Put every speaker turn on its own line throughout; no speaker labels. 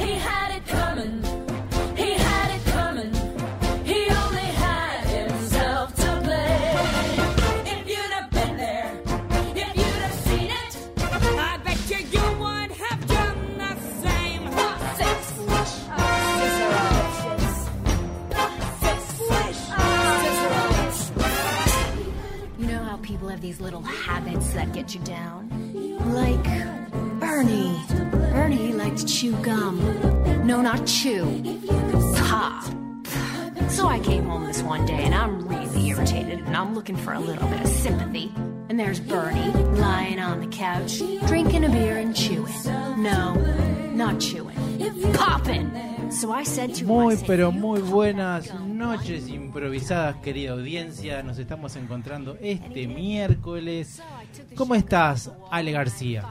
He had it coming. He had it coming. He only had himself to blame. If you'd have been there, if you'd have seen it, I bet you you would have done the same. Six wish, Cicero's. Six wish, Cicero's.
You know how people have these little habits that get you down? Like Bernie. Bernie liked to chew gum. No, not chew. Pop. So I came home this one day and I'm really irritated and I'm looking for a little bit of sympathy. And there's Bernie lying on the couch, drinking a beer and chewing. No, not chewing. Popping. So I said to him, I
Muy,
Pues,
said,
pero
"You
muy
pop
buenas
that gum."
noches improvisadas, querida audiencia. Nos estamos encontrando este miércoles. ¿Cómo estás, Ale García?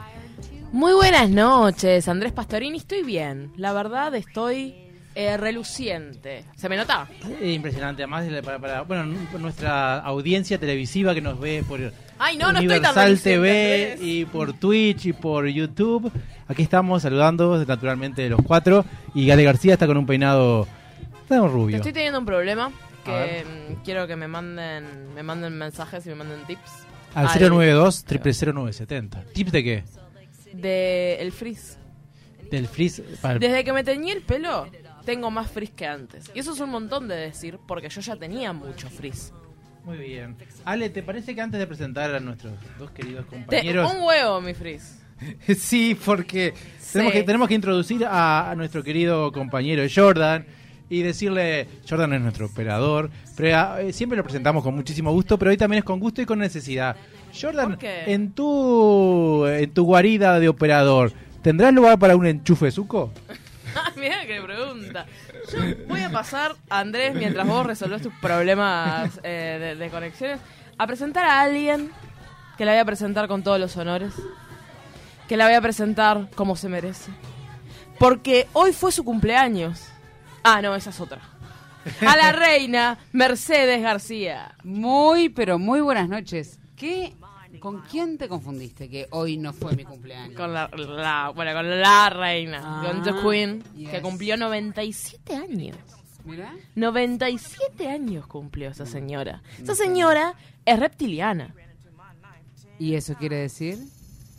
Muy buenas noches, Andrés Pastorini. Estoy bien. La verdad, estoy eh, reluciente. ¿Se me nota?
Eh, impresionante, además, eh, para, para- bueno, n- nuestra audiencia televisiva que nos ve por
Ay, no, no estoy tan
Universal
reluciente,
TV
Andrés.
y por Twitch y por YouTube. Aquí estamos saludando naturalmente los cuatro. Y Ale García está con un peinado tan rubio.
Estoy teniendo un problema
A
que
ver.
mm, quiero que me manden me manden mensajes y me manden tips.
Al 092 0970. ¿Tips de qué?
De el frizz.
Del frizz para el
Desde que me teñí el pelo, tengo más frizz que antes. Y eso es un montón de decir, porque yo ya tenía mucho frizz.
Muy bien. Ale, ¿te parece que antes de presentar a nuestros dos queridos
Te-
compañeros?
un huevo mi frizz.
sí, porque
Sí.
tenemos, que, tenemos que introducir a, a nuestro querido compañero Jordan y decirle, Jordan es nuestro operador, pero, ah, eh, siempre lo presentamos con muchísimo gusto, pero hoy también es con gusto y con necesidad. Jordan,
¿Por qué?
en tu, en tu guarida de operador, ¿tendrás lugar para un enchufe suco?
Ay, Mirá Ah, qué pregunta. Yo voy a pasar, Andrés, mientras vos resolvés tus problemas eh, de, de conexiones, a presentar a alguien que la voy a presentar con todos los honores, que la voy a presentar como se merece. Porque hoy fue su cumpleaños. Ah, no, esa es otra. A la reina Mercedes García.
Muy, pero muy buenas noches. ¿Qué, ¿Con quién te confundiste? Que hoy no fue mi cumpleaños.
Con la, la- bueno, con la reina, con The
Ah,
Queen, que
yes.
cumplió 97 años.
Mirá.
97 años cumplió
Mm.
esa señora. Esa señora es reptiliana.
¿Y eso quiere decir?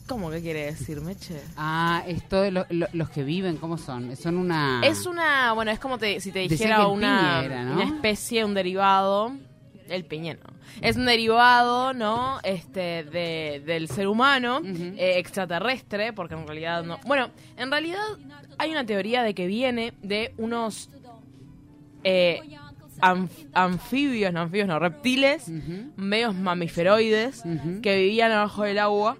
¿Cómo que quiere decirme, che?
Ah, es todo lo- lo- los que viven, ¿cómo son? Son una...
Es una, bueno, es como te- si te
Ah. Decía
dijera
que el
una,
piñe era, ¿no?
una especie, un derivado, el piñeno. Es un derivado, ¿no? Este, de- del ser humano, eh, extraterrestre, porque en realidad no. Bueno, en realidad hay una teoría de que viene de unos eh, anf- anfibios, no anfibios, no, reptiles, medios mamiferoides, que vivían abajo del agua,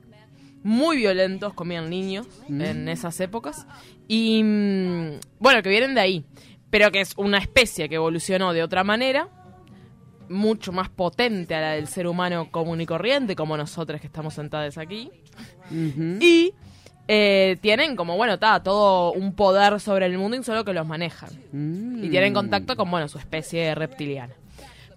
muy violentos, comían niños en esas épocas, y mm, bueno, que vienen de ahí, pero que es una especie que evolucionó de otra manera, mucho más potente a la del ser humano común y corriente, como nosotros que estamos sentados aquí.
Ujú.
Y eh, tienen como, bueno, está todo un poder sobre el mundo y solo que los manejan. Y tienen contacto con, bueno, su especie reptiliana.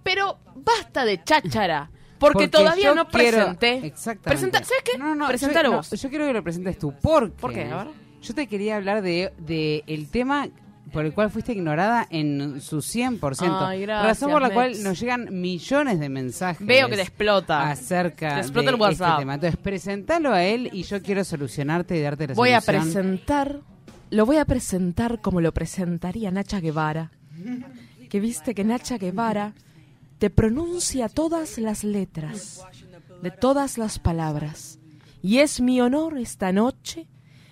Pero basta de cháchara, porque, todavía
yo
no
quiero-
presenté.
Exactamente.
Presenta- ¿Sabes qué?
No, no, no,
Presentalo
yo, no,
vos.
yo quiero que lo presentes tú. ¿Por qué?
¿Por qué? A ver.
Yo te quería hablar de, de el tema por el cual fuiste ignorada en su 100%.
Ay, gracias,
Razón por la
Mex.
cual nos llegan millones de mensajes.
Veo que te explota.
Acerca
Te explota
de
el WhatsApp.
este tema. Entonces, presentalo a él y yo quiero solucionarte y darte la
Voy a
solución.
presentar, lo voy a presentar como lo presentaría Nacha Guevara. Que viste que Nacha Guevara te pronuncia todas las letras de todas las palabras. Y es mi honor esta noche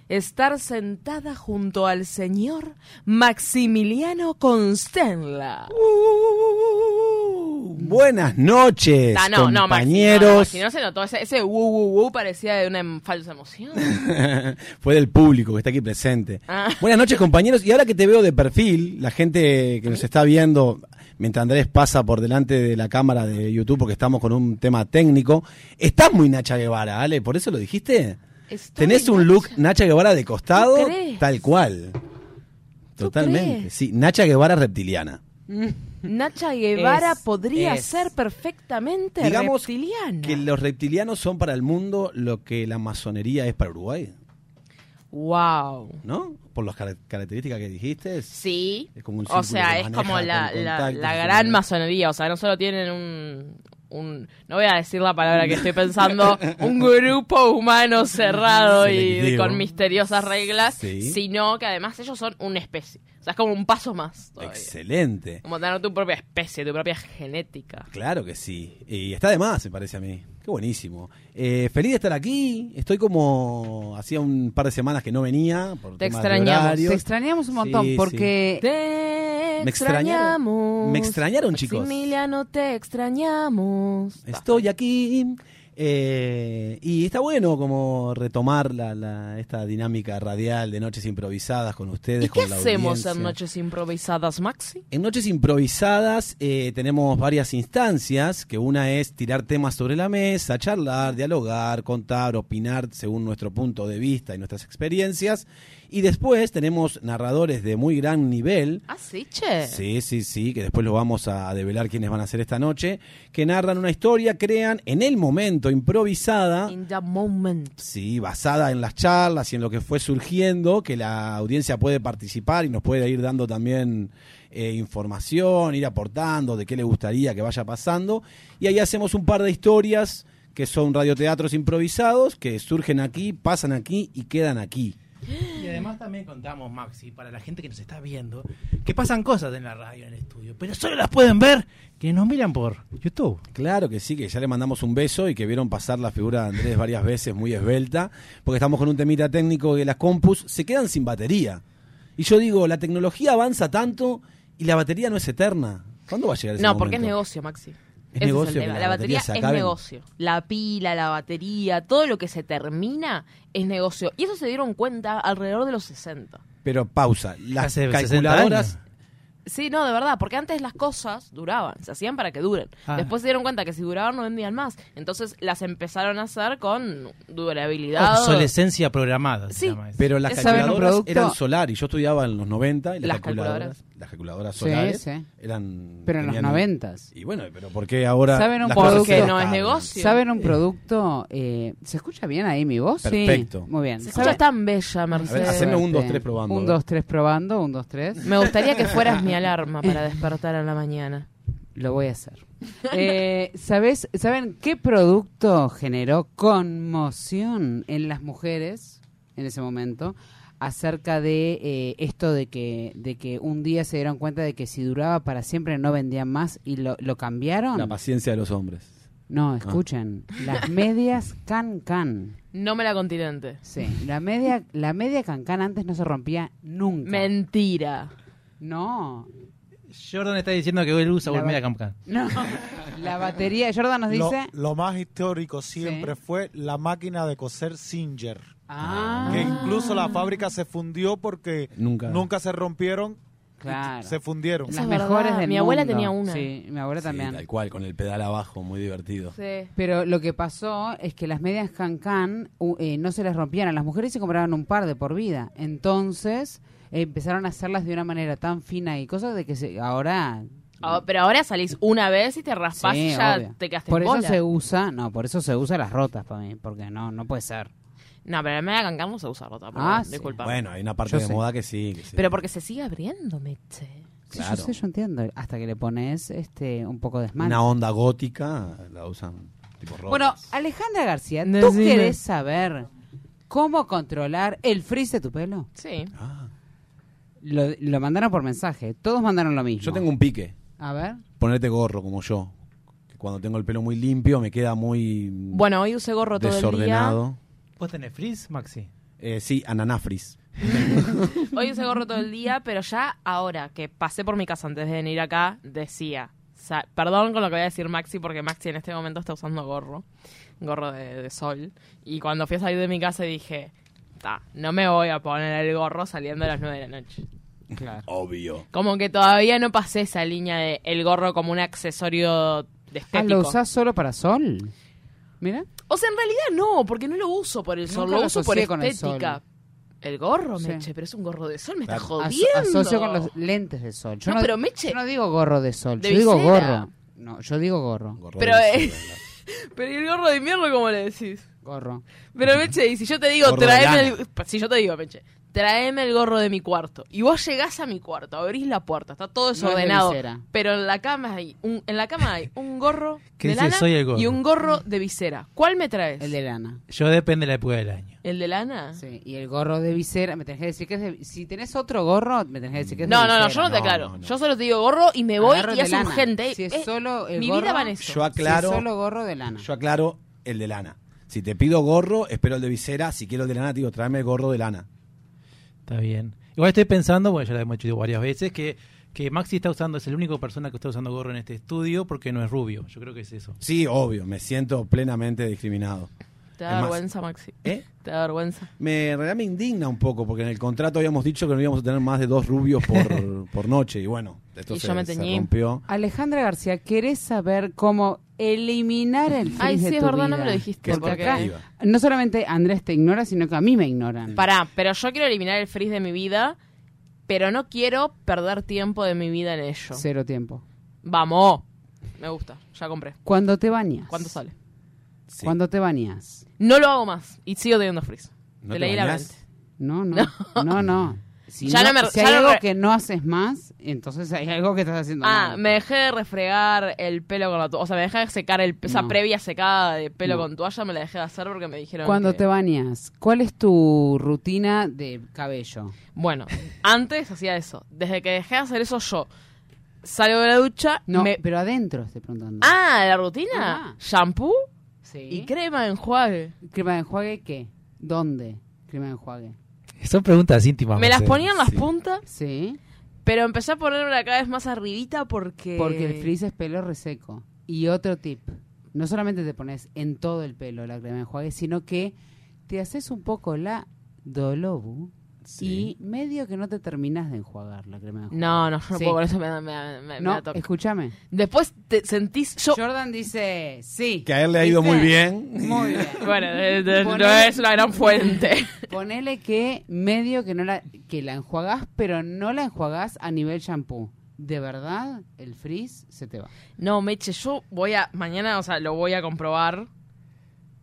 estar sentada junto al señor Maximiliano Constenla.
Uh, Buenas noches,
Ah, no, no, Maxi, no, no,
compañeros.
si no se notó, ese, ese wu, wu, wu parecía de una em- falsa emoción.
Fue del público que está aquí presente.
Ah.
Buenas noches, compañeros. Y ahora que te veo de perfil, la gente que nos está viendo, mientras Andrés pasa por delante de la cámara de YouTube porque estamos con un tema técnico. Estás muy Nacha Guevara, Ale, ¿por eso lo dijiste?
Estoy
Tenés un look Nacha Guevara de costado,
¿Tú crees?
tal cual. Totalmente.
crees?
Sí, Nacha Guevara reptiliana.
Nacha Guevara
Es-
podría
es.
ser perfectamente
Digamos
reptiliana.
Que los reptilianos son para el mundo lo que la masonería es para Uruguay,
Wow.
¿no? Por las car- características que dijiste. es-
Sí.
Es como un círculo
o sea,
que
es
maneja
como
con
la, la-
contactos,
la
es
gran
una-
masonería. O sea, no solo tienen un, un- No voy a decir la palabra que estoy pensando. un grupo humano cerrado y
Selectivo.
con misteriosas reglas.
Sí.
Sino que además ellos son una especie. O sea, es como un paso más. todavía.
Excelente.
Como tener tu propia especie, tu propia genética.
Claro que sí. Y está de más, me parece a mí. Qué buenísimo. Eh, feliz de estar aquí. Estoy como hacía un par de semanas que no venía. Por temas
Te
de
extrañamos,
horarios.
Te extrañamos un montón
Sí, sí.
porque
Te
Eh, Me extrañaron.
extrañamos.
Me extrañaron, chicos. Este
Maximiliano, te extrañamos.
Estoy aquí. eh, y está bueno como retomar la, la- esta dinámica radial de noches improvisadas con ustedes.
¿Y qué
con la
hacemos en
audiencia.
Noches Improvisadas, Maxi?
En Noches Improvisadas eh, tenemos varias instancias, que una es tirar temas sobre la mesa, charlar, dialogar, contar, opinar según nuestro punto de vista y nuestras experiencias. Y después tenemos narradores de muy gran nivel.
Ah, sí, che.
Sí, sí, sí, que después lo vamos a develar quiénes van a ser esta noche, que narran una historia, crean en el momento, improvisada.
In the moment.
Sí, basada en las charlas y en lo que fue surgiendo, que la audiencia puede participar y nos puede ir dando también eh, información, ir aportando de qué le gustaría que vaya pasando. Y ahí hacemos un par de historias que son radioteatros improvisados, que surgen aquí, pasan aquí y quedan aquí.
Y además también contamos, Maxi, para la gente que nos está viendo, que pasan cosas en la radio, en el estudio, pero solo las pueden ver que nos miran por YouTube.
Claro que sí, que ya le mandamos un beso y que vieron pasar la figura de Andrés varias veces muy esbelta, porque estamos con un temita técnico que las compus se quedan sin batería. Y yo digo, la tecnología avanza tanto y la batería no es eterna. ¿Cuándo va a llegar ese
No, porque es
momento?
negocio, Maxi. Ese
Es
el
negocio
tema.
que
La batería
se
es
acabe.
negocio. La pila, la batería, todo lo que se termina es negocio. Y eso se dieron cuenta alrededor de los 60.
Pero pausa, las
Hace 60
calculadoras...
años.
Sí, no, de verdad, porque antes las cosas duraban, se hacían para que duren.
Ah.
Después se dieron cuenta que si duraban no vendían más. Entonces las empezaron a hacer con
Ah,
durabilidad.
Obsolescencia programada. se
Sí.
llama eso.
Pero las
Es saber un
calculadoras
producto.
eran solar y yo estudiaba en los 90 y las,
Las
calculadoras, las calculadoras solares
Sí, sí.
eran
Pero en los
tenían-
noventas.
Y bueno, pero ¿por qué ahora
Saben un
las
poco
cosas
que
se
no
es
acaban?
negocio.
saben un producto. eh, ¿Se escucha bien ahí mi voz? Sí,
Perfecto.
muy bien.
Se escucha tan bella,
A ver,
Mercedes.
haceme un, dos, tres probando,
Un,
a ver.
dos, tres probando. Un, dos, tres.
Me gustaría que fueras mi alarma para despertar a la mañana.
Lo voy a hacer. Eh, ¿sabes, ¿Saben qué producto generó conmoción en las mujeres en ese momento acerca de eh, esto de que, de que un día se dieron cuenta de que si duraba para siempre no vendían más y lo, lo cambiaron?
La Ah. paciencia de los hombres.
No, escuchen. Las medias can-can.
No me la continente.
Sí, la media, la media cancán antes no se rompía nunca.
Mentira.
no,
Jordan está diciendo que él usa
La
volmera
ba-
Camcan.
no. La batería, Jordan nos
Lo,
dice.
lo más histórico siempre fue la máquina de coser Singer.
Ah,
Que incluso la fábrica se fundió porque
Nunca.
se rompieron,
claro.
se fundieron.
Eso
Las
es
mejores
verdad.
del
Mi abuela
mundo.
tenía una.
Sí, mi abuela
Sí,
también.
tal cual, con el pedal abajo, muy divertido.
Sí.
Pero lo que pasó es que las medias cancán u- eh, no se las rompían. A las mujeres se compraban un par de por vida. Entonces eh, empezaron a hacerlas de una manera tan fina y cosas de que se, ahora
Ah, Pero ahora salís una vez y te raspás
Sí,
y ya
obvio.
te quedaste
Por
en
eso
bola.
se usa, no, por eso se usa las rotas para mí, porque no, no puede ser.
No, pero la media cancan no se usa rota.
Ah,
Ah,
sí.
Disculpa.
Bueno, hay una parte
Yo
de
sé.
moda que sí. que sí.
Pero porque se sigue abriendo, Meche.
Sí,
Claro.
yo sé, yo entiendo. Hasta que le pones este un poco de esmalte.
Una onda gótica la usan tipo ropa.
Bueno, Alejandra García, ¿tú
Decime.
querés saber cómo controlar el frizz de tu pelo?
Sí.
Lo, lo mandaron por mensaje, todos mandaron lo mismo.
yo tengo un pique.
A ver.
Ponerte gorro como yo. Que cuando tengo el pelo muy limpio me queda muy mm,
Bueno, hoy usé gorro todo el día.
desordenado.
¿Vos tenés frizz, Maxi?
Eh, sí, ananafris.
Hoy usé gorro todo el día, pero ya ahora que pasé por mi casa antes de venir acá, decía. sa- perdón con lo que voy a decir Maxi, porque Maxi en este momento está usando gorro. Gorro de, de sol. Y cuando fui a salir de mi casa dije. "Ta, No me voy a poner el gorro saliendo a las 9 de la noche.
Claro.
Obvio.
Como que todavía no pasé esa línea de el gorro como un accesorio de
Ah, ¿lo
estético.
usás solo para sol? Mira.
o sea, en realidad no, porque no lo uso por el sol,
Nunca
lo
lo
uso por
asocié con el
estética.
sol.
El, gorro,
Sí.
Meche, pero es un gorro de sol, me está
Aso-
jodiendo.
Aso- asocio con los lentes de sol. Yo
No,
no,
pero Meche-
yo no digo gorro de sol,
De
yo digo
visera.
gorro. No, yo digo gorro.
Gorro
Pero,
de
eh,
seda,
Pero ¿y el gorro de invierno cómo le decís?
Gorro.
Pero Meche, y si yo te digo,
Gorro de
traeme
lana.
el... Si yo te digo, Meche, traeme el gorro de mi cuarto. Y vos llegás a mi cuarto, abrís la puerta, está todo
es de
desordenado.
visera.
pero en la cama hay un, en la cama hay un gorro
¿Qué
de
dice?
lana
Soy el gorro.
y un gorro de visera. ¿Cuál me traes?
El de lana.
Yo depende de la época del año.
¿El de lana?
Sí, y el gorro de visera, me tenés que decir que es de... Si tenés otro gorro, me tenés que decir que es
No,
de
no, no, yo
visera.
no te
No,
aclaro.
no, no.
Yo solo te digo gorro y me voy
Agarro
y
de
es
lana.
urgente.
Si es
Eh,
solo el
mi
gorro,
vida va en
la-
eso.
Yo aclaro.
Sí, solo gorro de lana.
Yo aclaro el de lana. Si te pido gorro, espero el de visera. Si quiero el de lana, te digo, tráeme el gorro de lana.
Está bien. Igual estoy pensando, bueno, ya lo hemos hecho varias veces, que, que Maxi está usando, es el único persona que está usando gorro en este estudio porque no es rubio. Yo creo que es eso.
Sí, obvio, me siento plenamente discriminado.
Te da
Es más-
vergüenza, Maxi.
¿Eh?
Te da vergüenza.
Me, en realidad me indigna un poco, porque en el contrato habíamos dicho que no íbamos a tener más de dos rubios por, por noche. Y bueno, esto
Y
se,
yo me
se
teñí.
rompió.
Alejandra García, ¿querés saber cómo eliminar el frizz
Ay,
de
sí, es
tu
verdad, no
vida?
me lo dijiste,
Porque
porque-
acá no solamente Andrés te ignora, sino que a mí me ignoran.
Pará, pero yo quiero eliminar el frizz de mi vida, pero no quiero perder tiempo de mi vida en ello.
Cero tiempo.
Vamos. Me gusta, ya compré.
Cuando te bañas.
¿Cuánto sale?
Sí.
Cuando te bañas.
No lo hago más y sigo teniendo frizz.
¿No
te
te
leí la
bañás?
mente.
No, no, no, no. Si,
Ya
no,
no me-
si
ya
hay
no
algo
me-
que no haces más, entonces hay algo que estás haciendo
Ah,
mal.
me dejé de refregar el pelo con la toalla. O sea, me dejé de secar el, esa
No.
previa secada de pelo
No.
con toalla, me la dejé de hacer porque me dijeron.
Cuando
que-
te bañas, ¿cuál es tu rutina de cabello?
Bueno, antes hacía eso. Desde que dejé de hacer eso, yo salgo de la ducha.
No,
me-
pero adentro estoy preguntando.
Ah, la rutina.
Ah.
Shampoo
sí.
y crema de enjuague.
¿Crema de enjuague qué? ¿Dónde? Crema de enjuague.
Son preguntas íntimas.
Me las
Marcela.
ponía en las
sí.
puntas,
Sí,
pero empecé a ponérmela cada vez más arribita porque.
porque el frizz es pelo reseco. Y otro tip, no solamente te pones en todo el pelo la crema de enjuague, sino que te haces un poco la dolobu
Sí.
y medio que no te terminas de enjuagar la crema de enjuague.
No, no, yo no
Sí.
puedo con eso, me da, me da- me- me
No,
da toque.
escúchame.
Después te sentís. Yo.
Jordan dice, sí.
Que a él le ha ido
¿Viste?
muy bien.
Muy bien.
Bueno, eh, eh, no
Ponele-
es una gran fuente.
Ponele que medio que no la que la enjuagás, pero no la enjuagás a nivel shampoo. De verdad, el frizz se te va.
No, Meche, yo voy a. Mañana, o sea, lo voy a comprobar.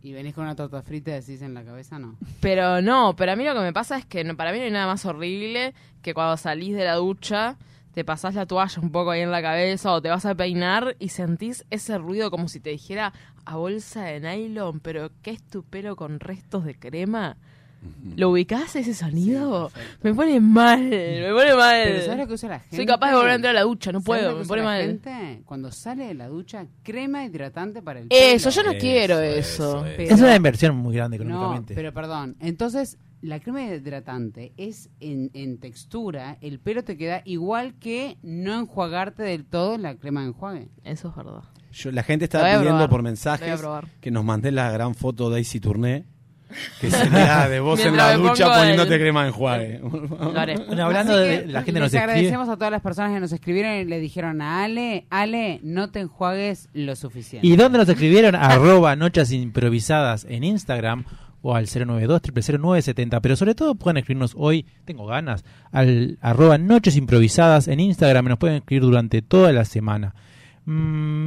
Y venís con una torta frita y decís en la cabeza, no.
Pero no, pero a mí lo que me pasa es que no- para mí no hay nada más horrible que cuando salís de la ducha, te pasás la toalla un poco ahí en la cabeza o te vas a peinar y sentís ese ruido como si te dijera a bolsa de nylon, pero ¿qué es tu pelo con restos de crema? ¿Lo ubicás ese sonido? me pone mal, me pone mal.
Pero ¿sabes lo que usa la gente?
Eh, Soy capaz de volver a entrar a la ducha, no
¿Sabes lo
puedo,
que
me
usa
pone
la
mal.
gente? Cuando sale de la ducha, crema hidratante para el
Eso, yo
pelo.
no
Eso,
quiero eso.
eso,
Pero-
Es una inversión muy grande
No,
económicamente.
pero perdón. Entonces, la crema hidratante es en, en textura, el pelo te queda igual que no enjuagarte del todo la crema de enjuague.
Eso es verdad.
Yo- la gente
Lo voy a
está pidiendo
probar.
por
Lo voy a
mensajes
probar.
que nos mandé la gran foto de Daisy Tourné. Que se vea de vos en
Mientras
la
me
ducha
pongo
poniéndote
el-
crema de enjuague.
Lo haré.
Bueno, hablando
Así
de
que
la gente
les
nos escribe.
agradecemos a todas las personas que nos escribieron y le dijeron a Ale, Ale, no te enjuagues lo suficiente.
¿Y dónde nos escribieron? Arroba Nochas Improvisadas en Instagram o al 092 0970 Pero sobre todo pueden escribirnos hoy, tengo ganas, al arroba Noches Improvisadas en Instagram. y Nos pueden escribir durante toda la semana. Mm,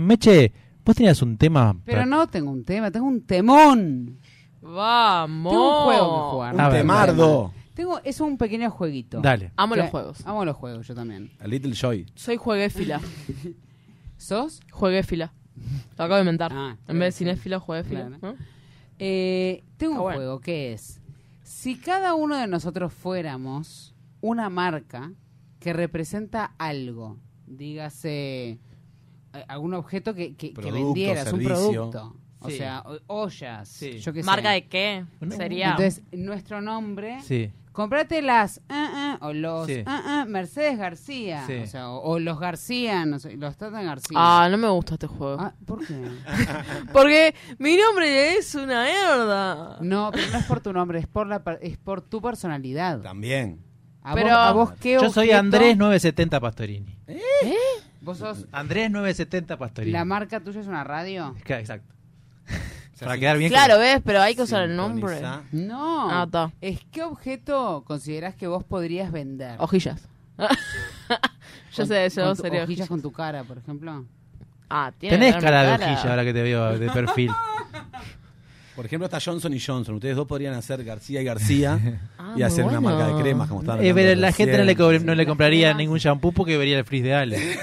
Meche, vos tenías un tema.
Pero
para-
no tengo un tema, tengo un temón.
Vamos.
Tengo un juego que jugar.
Un
A ver,
temardo.
Tengo, es un pequeño jueguito.
Ah. Dale.
Amo
Que-
los juegos.
Amo los juegos, yo también.
A Little Joy.
Soy jueguéfila.
¿Sos?
Jueguéfila. Lo acabo de inventar.
Ah,
en vez de
sí.
cinéfila, jueguéfila.
Claro.
¿no?
Eh, tengo
Ah,
un
bueno.
juego que es, si cada uno de nosotros fuéramos una marca que representa algo, dígase eh, algún objeto que, que- que
Producto,
vendieras, un
servicio.
producto. O
Sí.
sea, o- ollas,
Sí.
yo qué sé.
¿Marca de qué?
Una-
Sería.
Entonces, nuestro nombre,
Sí.
comprate las ah, ah, o los
Sí.
ah, ah, Mercedes García,
Sí.
o, sea, o, o los García, no sé, los Tatan García.
ah, no me gusta este juego.
Ah, ¿Por qué?
Porque mi nombre es una mierda.
No, pero no es por tu nombre, es por, la, per- es por tu personalidad.
También.
¿A,
Pero-
vos, a vos qué
Yo soy
objeto-
Andrés 970 Pastorini.
Vos sos...
Andrés 970 Pastorini.
La marca tuya es una radio.
Ca- Exacto. Para quedar bien
Claro,
con-
ves, pero hay que usar el nombre.
Sintoniza.
No.
Ah, está.
es qué objeto considerás que vos podrías vender.
Hojillas. yo
Con-
sé, yo
con tu-
sería
hojillas
hojillas.
con tu cara, por ejemplo.
Ah, tiene
Tenés
que tener
cara de
una
hojilla ahora que te veo de perfil.
Por ejemplo, está Johnson y Johnson. Ustedes dos podrían hacer García y García
Ah,
y hacer una
bueno.
marca de cremas como están.
Eh, pero la gente no le, cobre- no le
las
compraría
cremas.
ningún shampoo porque vería el frizz de Ale.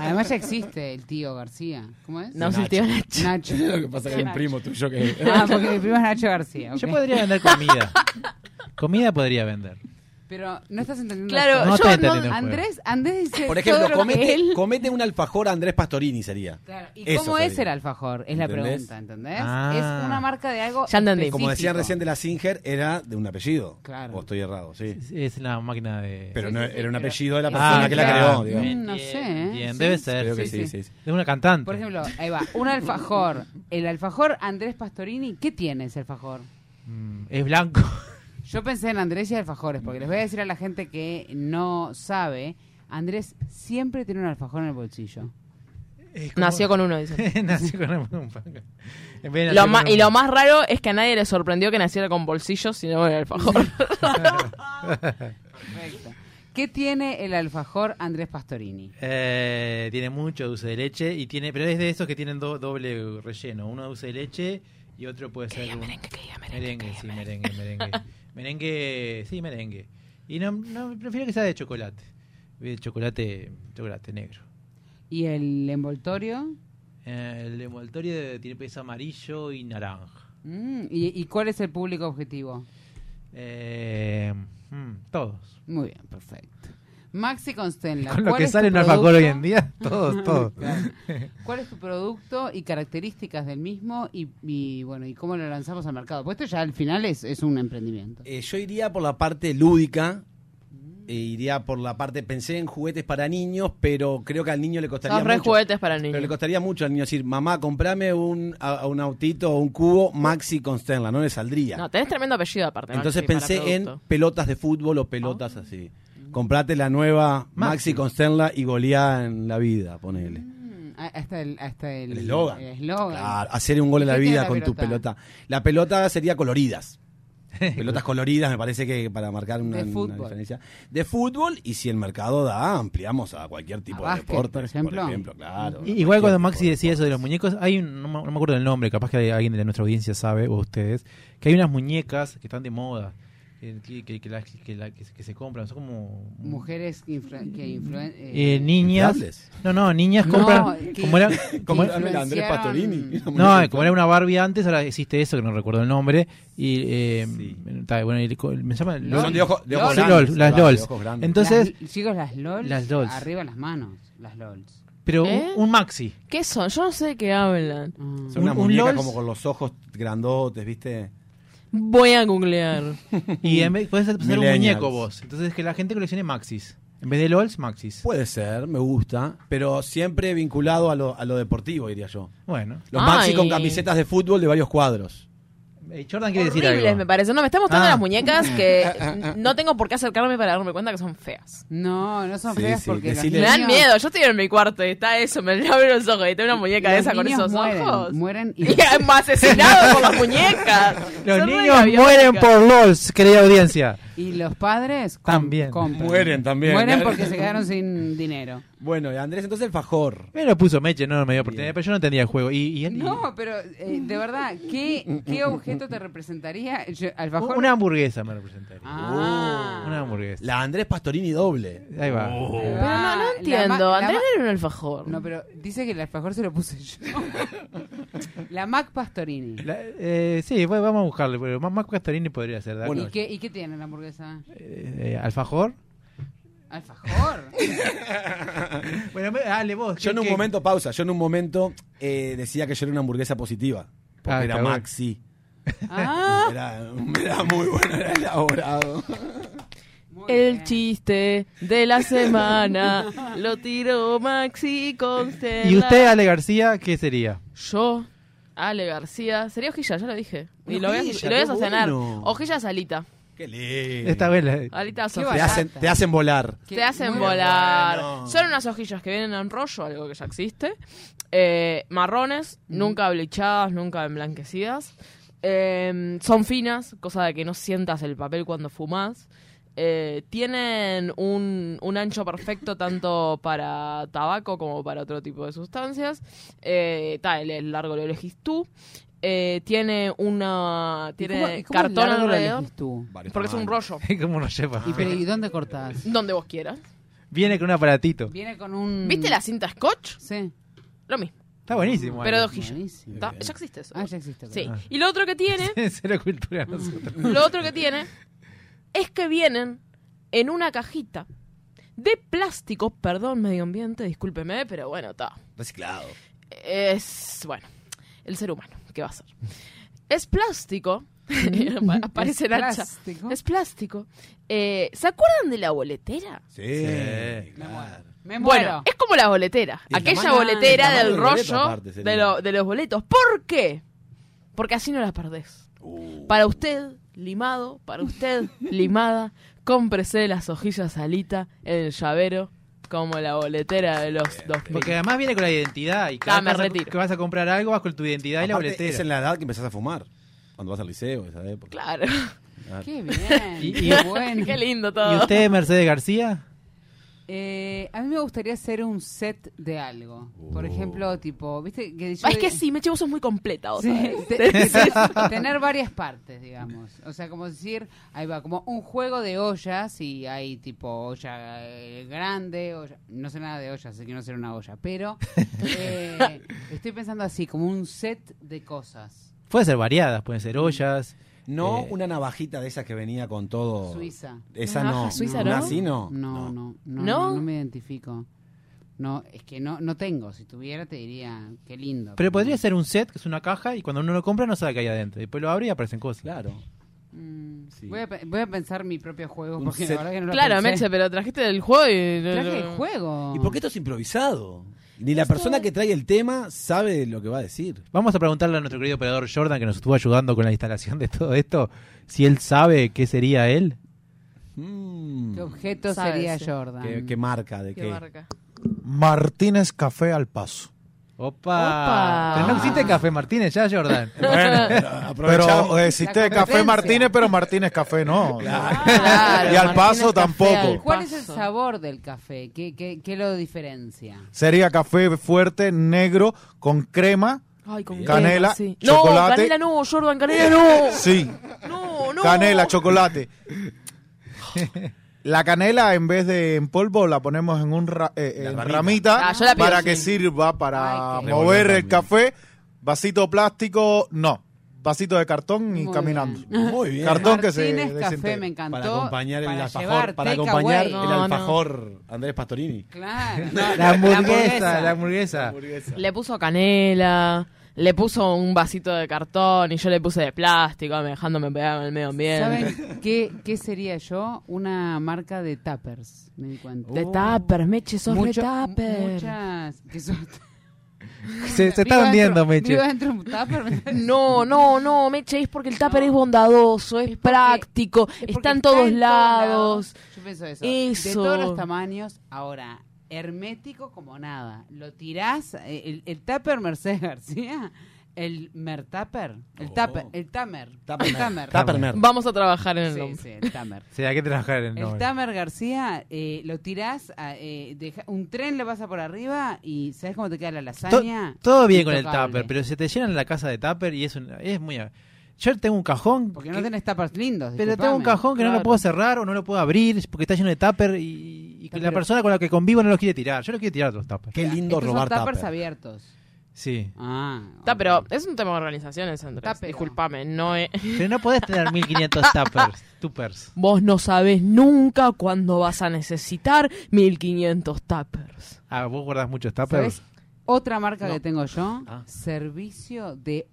Además ya existe el tío García. ¿Cómo es?
No, soy el tío Nacho.
Nacho.
Lo que pasa es que hay un primo tuyo que.
Ah, porque mi primo es Nacho García. ok.
Yo podría vender comida. comida podría vender.
Pero no estás entendiendo.
Claro,
No
yo
está
no-
entendiendo.
Andrés, Andrés dice
Por ejemplo,
todo lo que
comete,
él-
comete un alfajor a Andrés Pastorini sería.
Claro, ¿Y
Eso
cómo
sería.
es el alfajor? Es la
¿Entendés?
pregunta, ¿entendés?
Ah.
Es una marca de algo.
Ya entendí.
específico.
Como decían recién de la Singer, era de un apellido.
Claro.
O estoy errado, sí.
Es- Es la máquina de.
Pero
Sí,
no
sí, sí,
era un
pero-
apellido de la
Ah,
persona que la
claro.
creó,
Mm,
digamos.
no sé, ¿eh?
Bien,
Sí.
debe ser.
Creo que
sí.
sí, sí,
sí.
sí.
De una cantante.
Por ejemplo, ahí va, un alfajor. El alfajor Andrés Pastorini, ¿qué tiene ese alfajor?
Mm, es blanco.
Yo pensé en Andrés y alfajores, porque les voy a decir a la gente que no sabe, Andrés siempre tiene un alfajor en el bolsillo.
Es como-
Nació con uno, dice.
Nació con un- un pan. En vez de
Lo
nacer
ma-
con
y
un-
lo más raro es que a nadie le sorprendió que naciera con bolsillos, sino con el alfajor.
Perfecto. ¿Qué tiene el alfajor Andrés Pastorini?
Eh, tiene mucho dulce de leche y tiene, pero es de esos que tienen do- doble relleno, uno dulce de leche y otro puede ser un-
merengue, que diga merengue,
merengue,
que diga
sí, merengue, merengue, merengue, sí, merengue. Y no, no prefiero que sea de chocolate, de chocolate, chocolate negro.
¿Y el envoltorio?
Eh, el envoltorio de- tiene pez amarillo y naranja.
Mm, ¿y, y cuál es el público objetivo?
Eh, mm, todos.
Muy bien, perfecto. Maxi Constenla.
Con lo
¿cuál
que
es tu
sale un alfajor
producto?
hoy en día, todos, todos.
Claro. ¿Cuál es tu producto y características del mismo y, y, bueno y cómo lo lanzamos al mercado? Pues esto ya al final es, es un emprendimiento.
Eh, yo iría por la parte lúdica. e iría por la parte. Pensé en juguetes para niños, pero creo que al niño le costaría
Son re
mucho.
juguetes para
Pero le
niños.
costaría mucho al niño decir, mamá, comprame un, a- a un autito o un cubo Maxi Constenla, no le saldría.
No, tenés tremendo apellido aparte.
Entonces
Maxi, para
pensé en
producto.
pelotas de fútbol o pelotas así. Comprate la nueva Maxi,
Maxi.
Constenla y goleá en la vida, ponele.
Mm, a- Hasta el hasta el
El eslogan.
el eslogan.
Claro, hacer un gol en
¿Y
la
qué tiene
vida
la
con tu
pelota?
pelota. La pelota sería coloridas. Pelotas coloridas, me parece que para marcar una,
De
una
fútbol.
diferencia. De fútbol, y si el mercado da, ampliamos a cualquier tipo
A
de
básquet,
deporte.
por ejemplo.
claro.
I- Igual
Cualquier
cuando Maxi
tipo
decía eso de los
deportes.
muñecos, hay un, no, me- no me acuerdo del nombre, capaz que alguien de nuestra audiencia sabe, o ustedes, que hay unas muñecas que están de moda, que, que- que- que las- que la- que se- que se compran, son como...
Mujeres influ- que influen
eh, niñas...
inflables.
No, no, niñas
No,
compran...
que-
como era, como era-
Comprame la Andrés
influenciaron-
Pastorini.
no, eh, como era una Barbie antes, ahora existe eso, que no recuerdo el nombre, y... eh,
Sí.
ta, bueno, y co- me llaman...
Son de ojos, de ojos
Sí,
grandes,
LOL, las
va, de
LOLs.
ojos grandes.
Entonces,
las, chicos las lols,
Las lols.
arriba las manos las lols.
pero un-
¿Eh?
un, maxi.
¿Qué son? Yo no sé de qué hablan.
Mm.
Son unas
un- un
muñecas
LOLs.
como con los ojos grandotes, ¿viste?
Voy a googlear.
Y en vez, podés hacer un
Millennials.
muñeco vos. Entonces que la gente coleccione maxis. En vez de LOLs, maxis.
Puede ser, me gusta, pero siempre vinculado a lo, a lo deportivo, diría yo.
Bueno.
Los Maxi
Ay.
con camisetas de fútbol de varios cuadros.
Eh, Jordan quiere decir
Horribles,
algo.
me parece. No, me está mostrando
Ah.
las muñecas que no tengo por qué acercarme para darme cuenta que son feas.
No, no son
Sí,
feas
sí,
porque los
decile-
Me
niños-
dan miedo. Yo estoy en mi cuarto y está eso. Me abro los ojos y tengo una muñeca de
los
esa con
niños
esos
mueren,
ojos.
mueren y
Y además, asesinado por las muñecas.
Los
Son
niños
re
mueren
biológicas.
por LOLs, querida audiencia.
Y los padres com-
También.
compran.
Mueren también.
Mueren porque se quedaron sin dinero.
Bueno, y Andrés, entonces el fajor.
Me lo puso Meche, no me dio oportunidad, pero yo no entendía el juego. Y, y- y-
No, pero eh, de verdad, ¿qué, ¿qué objeto te representaría? Yo, alfajor.
una hamburguesa me representaría.
Ah.
Una hamburguesa.
La Andrés Pastorini doble.
Ahí va.
Ahí va.
Pero no, no
Ah, La ma-
entiendo.
la
Andrés
ma-
era un alfajor.
No, pero dice que el alfajor se lo puse yo. La Mac Pastorini.
La- eh, sí, bueno, vamos a buscarle, pero más, más Castarini podría ser. ¿verdad?
Bueno.
¿Y, qué, ¿Y qué tiene la hamburguesa?
Eh, eh, alfajor.
Alfajor.
Bueno, me- dale vos.
Yo en
¿qué-
un
qué-
momento, pausa, yo en un momento eh, decía que yo era una hamburguesa positiva. Porque
Ah,
era
está bueno.
Maxi.
Ah,
Era, era muy bueno, era elaborado.
muy
El
bien.
chiste de la semana lo tiró Maxi Constella.
¿Y usted, Ale García, qué sería?
Yo, Ale García. Sería Hojilla, ya lo dije. Y
Una
lo voy a,
hojilla,
lo voy a
qué
sostener.
bueno.
Hojilla salita.
Qué lindo.
Esta vez la-
Alitas
Qué
te,
hojitas.
hacen, te hacen volar.
Te hacen volar. Son unas hojillas que vienen en rollo, algo que ya existe. Eh, marrones,
Mm.
nunca blechadas, nunca emblanquecidas. Eh, son finas, cosa de que no sientas el papel cuando fumas. Eh, tienen un, un ancho perfecto tanto para tabaco como para otro tipo de sustancias. Eh, ta, el, el largo lo elegís tú. Eh, tiene una.
¿Y
Tiene
cómo- y cómo
cartón
largo lo
alrededor.
elegís tú?
Varios
Porque es un
tamaños.
rollo.
¿Cómo nos lleva?
¿Y, pero, ¿y dónde cortás?
Donde vos quieras.
Viene con un aparatito.
Viene con un...
¿Viste la cinta Scotch?
Sí.
Lo mismo.
Está buenísimo.
Pero de
Ale.
hojilla.
Buenísimo.
Ta- Ya existe eso.
Ah, ya existe.
Sí.
claro.
Y lo otro que tiene,
Cero cultura nosotros.
lo otro que tiene es que vienen en una cajita de plástico, perdón, medio ambiente, discúlpeme, pero bueno, está.
Reciclado.
Es, bueno, el ser humano, ¿qué va a ser? Es plástico. Aparece
Es
Nacha.
plástico.
Es plástico. Eh, ¿Se acuerdan de la boletera?
Sí.
Sí.
claro.
Me
Bueno,
muero.
es como la boletera.
Y el
aquella
tamaño-
boletera
el tamaño
del
del boleto,
rollo
aparte, sería.
de, lo- de los boletos. ¿Por qué? Porque así no las perdés.
Uh.
Para usted, limado, para usted, limada, cómprese las hojillas alita en el llavero como la boletera de los dos.
Porque además viene con la identidad. Y cada
Ah,
vez
me
que vas a-
retiro.
que vas a comprar algo, vas con tu identidad y la
Aparte,
boletera.
Es en la edad que empezás a fumar. Cuando vas al liceo, esa época.
Claro.
Claro.
Qué bien.
Y-
qué bueno.
Qué lindo
¿Y
todo.
usted, Mercedes García?
Eh, a mí me gustaría hacer un set de algo. Por ejemplo, tipo, ¿viste? Que yo-
Ah, Es que sí, Meche, vos sos muy completa. vos
Sí,
sabés.
te- te- tener varias partes, digamos. O sea, como decir, ahí va, como un juego de ollas y hay tipo olla eh, grande, olla- no sé nada de ollas, así que no será una olla, pero eh, estoy pensando así, como un set de cosas.
Puede ser variadas, pueden ser ollas.
No
Eh,
una navajita de esas que venía con todo.
Suiza.
Esa
Navaja
no.
suiza,
Una
¿no?
Oh. así no.
No, no, no, no,
¿No?
no me identifico. No, es que no, no tengo. Si tuviera te diría, qué lindo.
Pero podría ser un set, que es una caja, y cuando uno lo compra no sabe qué hay adentro. Después lo abre y aparecen cosas.
Claro.
Mm,
Sí.
voy, a, pe- voy a pensar mi propio juego
Un
porque la
set.
verdad que no lo
Claro,
pensé.
Meche, pero trajiste del juego y...
Traje el juego.
¿Y por qué esto es improvisado? Ni la persona que trae el tema sabe lo que va a decir.
Vamos a preguntarle a nuestro querido operador Jordan, que nos estuvo ayudando con la instalación de todo esto, si él sabe qué sería él.
Mm.
¿Qué objeto
Sabe,
sería
sí.
Jordan?
¿Qué, qué marca? ¿De qué?
Qué marca.
Martínez Café al Paso.
¡Opa!
Opa.
Pero no existe Café Martínez ya, Jordan.
Bueno, aprovechamos.
Pero eh, existe
La
Café
competencia.
Martínez, pero Martínez Café no.
Claro,
y al paso
Martínez Café al
tampoco.
¿Cuál es el
Paso.
sabor del café? ¿Qué, qué, qué lo diferencia?
Sería café fuerte, negro, con crema.
Ay, con
Canela,
crema, sí. No,
chocolate.
canela no, Jordan, canela no.
Sí.
No, no.
Canela, chocolate. La canela en vez de en polvo la ponemos en un ra- eh, en
ramita.
ramita
Ah, yo la pido,
para
sí.
que sirva para
Ay, qué
mover
Revolver
el café. Vasito plástico, no. Vasito de cartón y
Muy
caminando.
Muy bien.
Cartón que se
Martínez Café
desintegra.
me encantó.
Para acompañar el
para
alfajor.
llevar
Para
take
acompañar
away.
No,
el
no.
alfajor Andrés Pastorini.
Claro.
La hamburguesa, la hamburguesa.
Le puso canela, le puso un vasito de cartón y yo le puse de plástico, me- dejándome pegar en el medio ambiente.
¿Saben qué, qué sería yo? Una marca de tappers, me di cuenta.
De tupper, meche, sos
Mucho-
de tupper.
Muchas. que son-
Se, se está
Vivo
hundiendo,
dentro-
Meche.
vivo dentro de un tupper.
No, no, no, meche, es porque el tupper es bondadoso, es, práctico,
Es porque
está en todos lados.
Yo pienso eso. De
Eso.
todos los tamaños, ahora, hermético como nada. Lo tirás, eh, el, el tupper Mercedes García, el mertapper, el
Oh.
tupper, el tamer.
Tuppermer.
El tamer.
Tuppermer.
Vamos a trabajar en el
Sí,
nombre.
sí, el tamer.
Sí, hay que trabajar en el
El
nombre.
Tamer García, eh, lo tirás, a, eh, deja- un tren le pasa por arriba y ¿sabes cómo te queda la
To-
lasaña?
todo bien con el
Intocable.
tupper, pero se te llenan la casa de tupper y es, un- es muy... Yo tengo un cajón...
Porque no
que-
tenés tappers lindos.
Pero
disculpame.
tengo un cajón que no lo
Claro.
puedo cerrar o no lo puedo abrir porque está lleno de tupper y, y que la
Pero-
persona con la que convivo no los quiere tirar. Yo no quiero tirar los tuppers.
Qué lindo
Estos son
robar
tappers
tupper.
abiertos.
Sí.
Ah.
Está, pero es un tema de organizaciones, Andrés.
Tupper.
Disculpame, no es...
Pero no podés tener 1500 tuppers. tuppers.
Vos no sabés nunca cuándo vas a necesitar 1500 tuppers.
Ah, vos guardás muchos tuppers.
¿Sabes? Otra marca
No.
que tengo yo,
Ah.
servicio de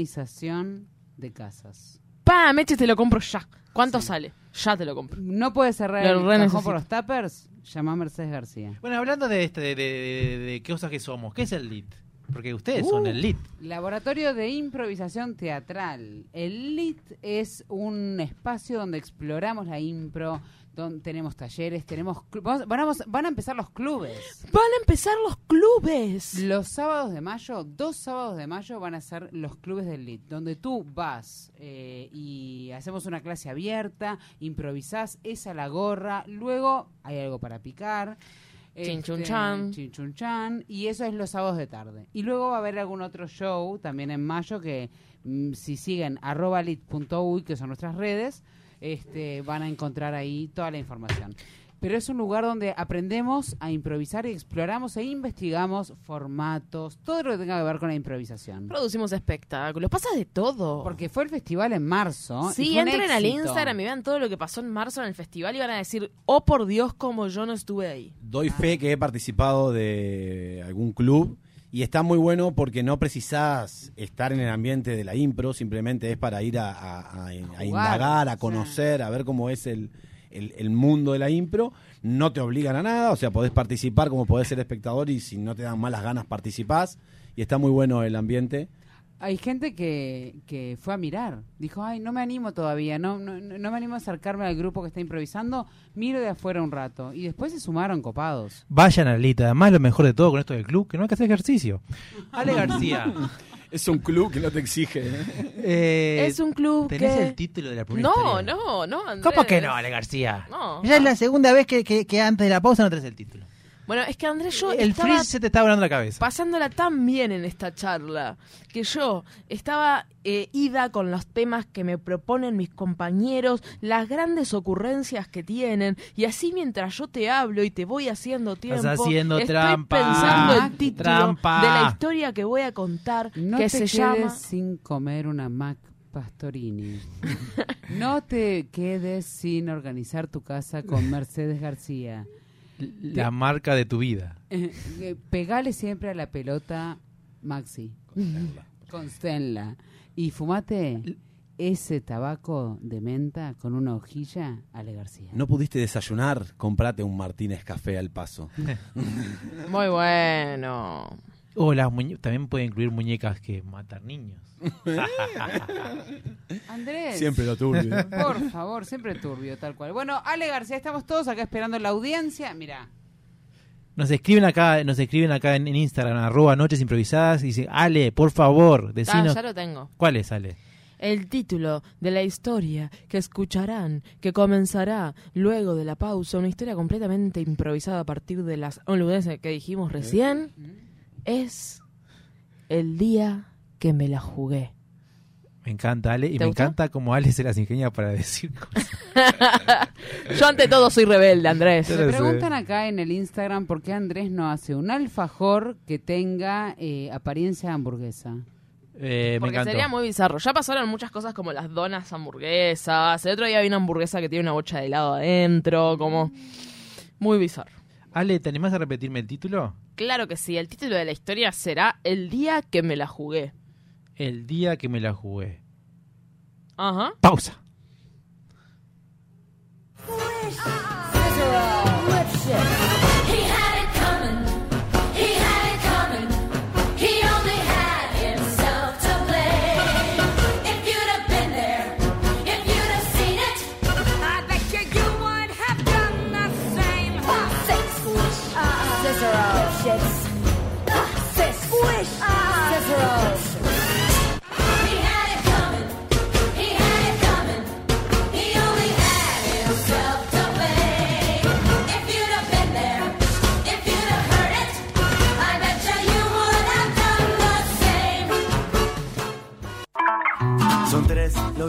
organización de casas.
Pa, Meche, te lo compro ya. ¿Cuánto sale? Ya te lo compro.
No puede cerrar
Lo
el
re
cajón
necesito.
por los tappers, llama a Mercedes García.
Bueno, hablando de, este, de, de- de- de qué cosas que somos, ¿qué es el lit? Porque
Uh.
ustedes son el lead.
Laboratorio de improvisación teatral. El LIT es un espacio donde exploramos la impro, donde tenemos talleres, tenemos clu- vamos- van, a, van a empezar los clubes.
Van a empezar los clubes.
Los sábados de mayo, dos sábados de mayo van a ser los clubes del LIT, donde tú vas eh, y hacemos una clase abierta, improvisás, es a la gorra, luego hay algo para picar.
Chin, chun,
Este,
chan.
chin, chun, chan. Y eso es los sábados de tarde. Y luego va a haber algún otro show también en mayo que mm, si siguen arroba lit.uy, que son nuestras redes, este, van a encontrar ahí toda la información. Pero es un lugar donde aprendemos a improvisar y exploramos e investigamos formatos, todo lo que tenga que ver con la improvisación.
Producimos espectáculos. Pasa de todo.
Porque fue el festival en marzo. y
Sí,
fue un
entren al
éxito.
Instagram y vean todo lo que pasó en marzo en el festival y van a decir, oh por Dios, como yo no estuve ahí.
Doy fe que he participado de algún club y está muy bueno porque no precisás estar en el ambiente de la impro, simplemente es para ir a, a- a- a indagar, a conocer, a ver cómo es el, el- el mundo de la impro. No te obligan a nada, o sea, podés participar como podés ser espectador y si no te dan malas ganas participás y está muy bueno el ambiente.
Hay gente que, que fue a mirar. Dijo, ay, no me animo todavía, no, no, no me animo a acercarme al grupo que está improvisando, miro de afuera un rato. Y después se sumaron copados.
Vayan a Lita. Además, lo mejor de todo con esto del club, que no hay que hacer ejercicio. Ale García.
Es un club que no te exige.
eh,
es un club
¿Tenés
que...
el título de la primera
No,
historia?
no, no, Andrés.
¿Cómo que no, Ale García?
No.
Ya es la segunda vez que, que- que antes de la pausa no traes el título.
Bueno, es que Andrés, yo
el
estaba
freeze se te está volando la cabeza.
pasándola tan bien en esta charla que yo estaba eh, ida con los temas que me proponen mis compañeros, las grandes ocurrencias que tienen, y así mientras yo te hablo y te voy haciendo tiempo,
haciendo
estoy
trampa,
pensando el título
trampa.
de la historia que voy a contar,
No
que
te
se
quedes
llama...
sin comer una Mac Pastorini. no te quedes sin organizar tu casa con Mercedes García.
La marca de tu vida.
Eh, eh, Pegale siempre a la pelota, Maxi. Constenla. Y fumate ese tabaco de menta con una hojilla, Ale García.
No pudiste desayunar, comprate un Martínez Café al paso.
Muy bueno.
O las muñe- también puede incluir muñecas que matan niños.
Andrés.
Siempre lo tuve.
Por favor, siempre turbio, tal cual. Bueno, Ale García, estamos todos acá esperando la audiencia. Mira,
Nos escriben acá, nos escriben acá en, en Instagram, arroba noches improvisadas, y dicen, Ale, por favor,
Ah,
decinos.
ya lo tengo.
¿Cuál es, Ale?
El título de la historia que escucharán, que comenzará luego de la pausa, una historia completamente improvisada a partir de las boludeces que
Eh.
dijimos recién, es El día que me la jugué.
Me encanta, Ale, y
¿Te
me
gustó?
encanta como Ale se las ingenia para decir cosas.
Yo ante todo soy rebelde, Andrés.
Yo
me
lo sé.
preguntan acá en el Instagram por qué Andrés no hace un alfajor que tenga eh, apariencia de hamburguesa.
Eh, me
Porque
encantó.
sería muy bizarro. Ya pasaron muchas cosas como las donas hamburguesas. El otro día vi una hamburguesa que tiene una bocha de helado adentro, como muy bizarro.
Ale, ¿te animás a repetirme el título?
Claro que sí, el título de la historia será El día que me la jugué.
El día que me la jugué.
Ajá.
Pausa.
He had it coming. He had it coming. He only had himself to blame. If you'd have been there, if you'd have seen it, I bet you you would have done the same. Six squish, Cicero shits. Six squish, Cicero. He had it coming. He had it coming. He only had himself to blame. If you'd have been there, if you'd have heard it, I bet you you would have done the same.
Son tres los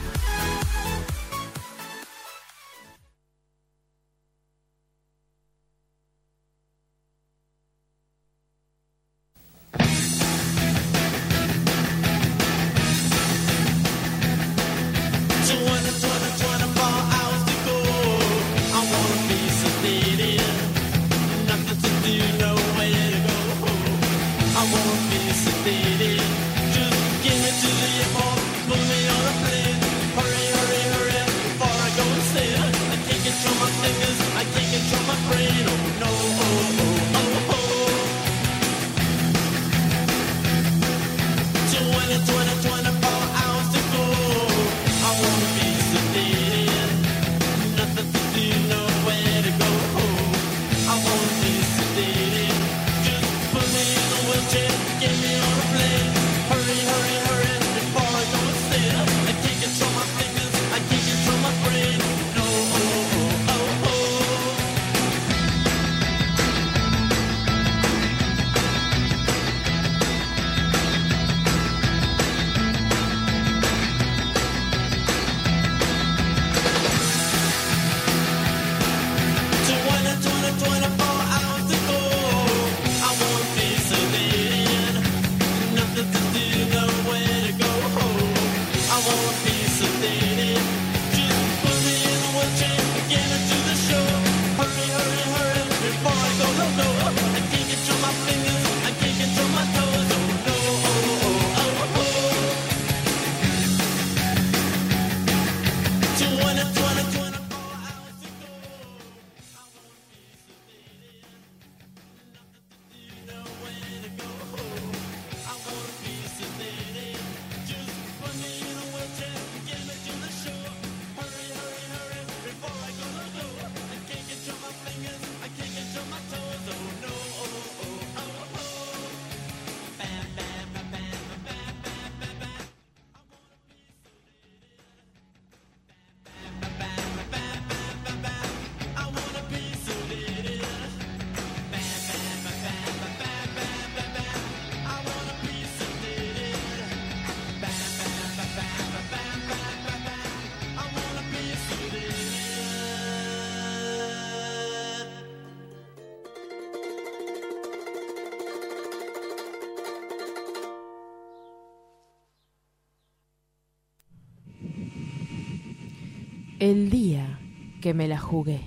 El día que me la jugué.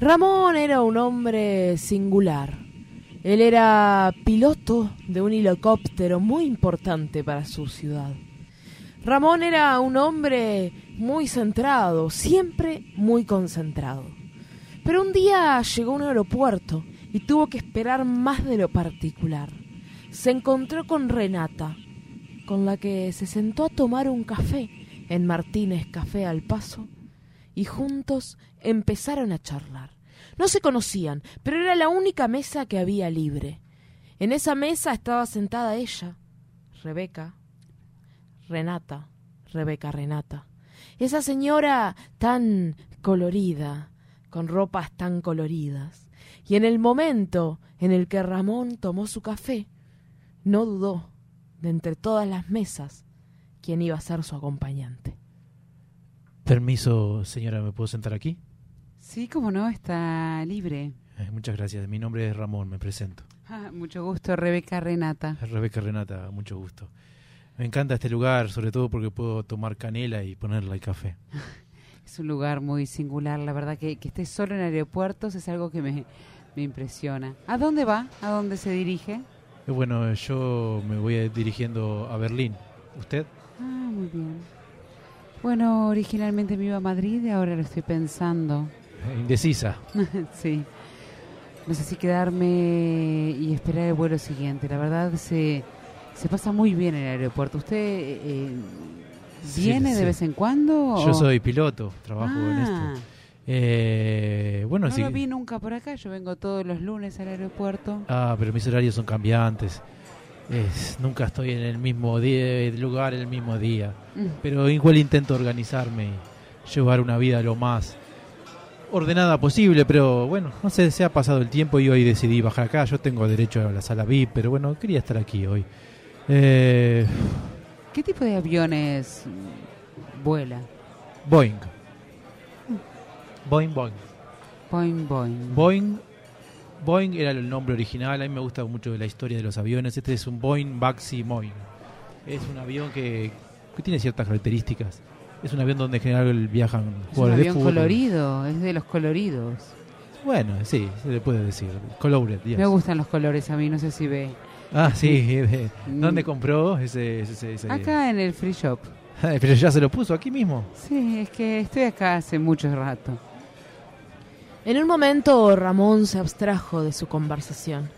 Ramón era un hombre singular. Él era piloto de un helicóptero muy importante para su ciudad. Ramón era un hombre muy centrado, siempre muy concentrado. Pero un día llegó a un aeropuerto y tuvo que esperar más de lo particular. Se encontró con Renata, con la que se sentó a tomar un café en Martínez Café al Paso y juntos empezaron a charlar. No se conocían, pero era la única mesa que había libre. En esa mesa estaba sentada ella, Rebeca, Renata, Rebeca Renata. Esa señora tan colorida, con ropas tan coloridas. Y en el momento en el que Ramón tomó su café, no dudó de entre todas las mesas quién iba a ser su acompañante.
Permiso, señora, ¿me puedo sentar aquí?
Sí, como no, está libre.
Eh, muchas gracias. Mi nombre es Ramón, me presento.
Ah, mucho gusto, Rebeca Renata.
Rebeca Renata, mucho gusto. Me encanta este lugar, sobre todo porque puedo tomar canela y ponerla al café.
Es un lugar muy singular, la verdad que, que esté solo en aeropuertos es algo que me, me impresiona. ¿A dónde va? ¿A dónde se dirige?
Eh, Bueno, yo me voy dirigiendo a Berlín. ¿Usted?
Ah, muy bien. Bueno, originalmente me iba a Madrid y ahora lo estoy pensando.
Eh, Indecisa.
sí. No sé si quedarme y esperar el vuelo siguiente. La verdad se, Se pasa muy bien en el aeropuerto. ¿Usted eh, eh,
Sí,
viene
sí.
de vez en cuando?
Yo
o-
soy piloto, trabajo en
Oh. Ah.
esto. Eh, bueno,
No
sí.
lo vi nunca por acá. Yo vengo todos los lunes al aeropuerto.
Ah, pero mis horarios son cambiantes. Es- nunca estoy en el mismo día, lugar, el mismo día.
Mm.
Pero igual intento organizarme y llevar una vida lo más ordenada posible. Pero bueno, no sé, se ha pasado el tiempo y hoy decidí bajar acá. Yo tengo derecho a la sala VIP, pero bueno, quería estar aquí hoy. Eh,
¿Qué tipo de aviones mm, vuela?
Boeing.
Mm.
Boeing, Boeing.
Boing, boing.
Boeing, Boeing era el nombre original. A mí me gusta mucho la historia de los aviones. Este es un Boeing Baxi Moin. Es un avión que, que tiene ciertas características. Es un avión donde en general viajan
es un
jugadores de
avión
fútbol.
colorido. Es de los coloridos.
Bueno, sí, se le puede decir. Colored, yes.
Me gustan los colores a mí. No sé si ve.
Ah, sí. de-
Mm.
¿Dónde compró ese? ese- ese- ese-
Acá en el free shop.
Pero ya se lo puso aquí mismo.
Sí, es que estoy acá hace mucho rato.
En un momento Ramón se abstrajo de su conversación.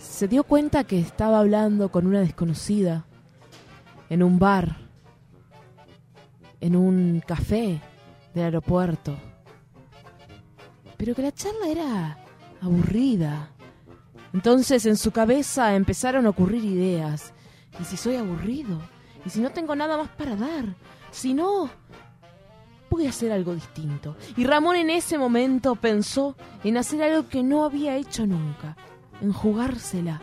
Se dio cuenta que estaba hablando con una desconocida, en un bar, en un café del aeropuerto. Pero que la charla era aburrida. Entonces en su cabeza empezaron a ocurrir ideas. ¿Y si soy aburrido? ¿Y si no tengo nada más para dar? Si no, voy a hacer algo distinto. Y Ramón en ese momento pensó en hacer algo que no había hecho nunca, en jugársela,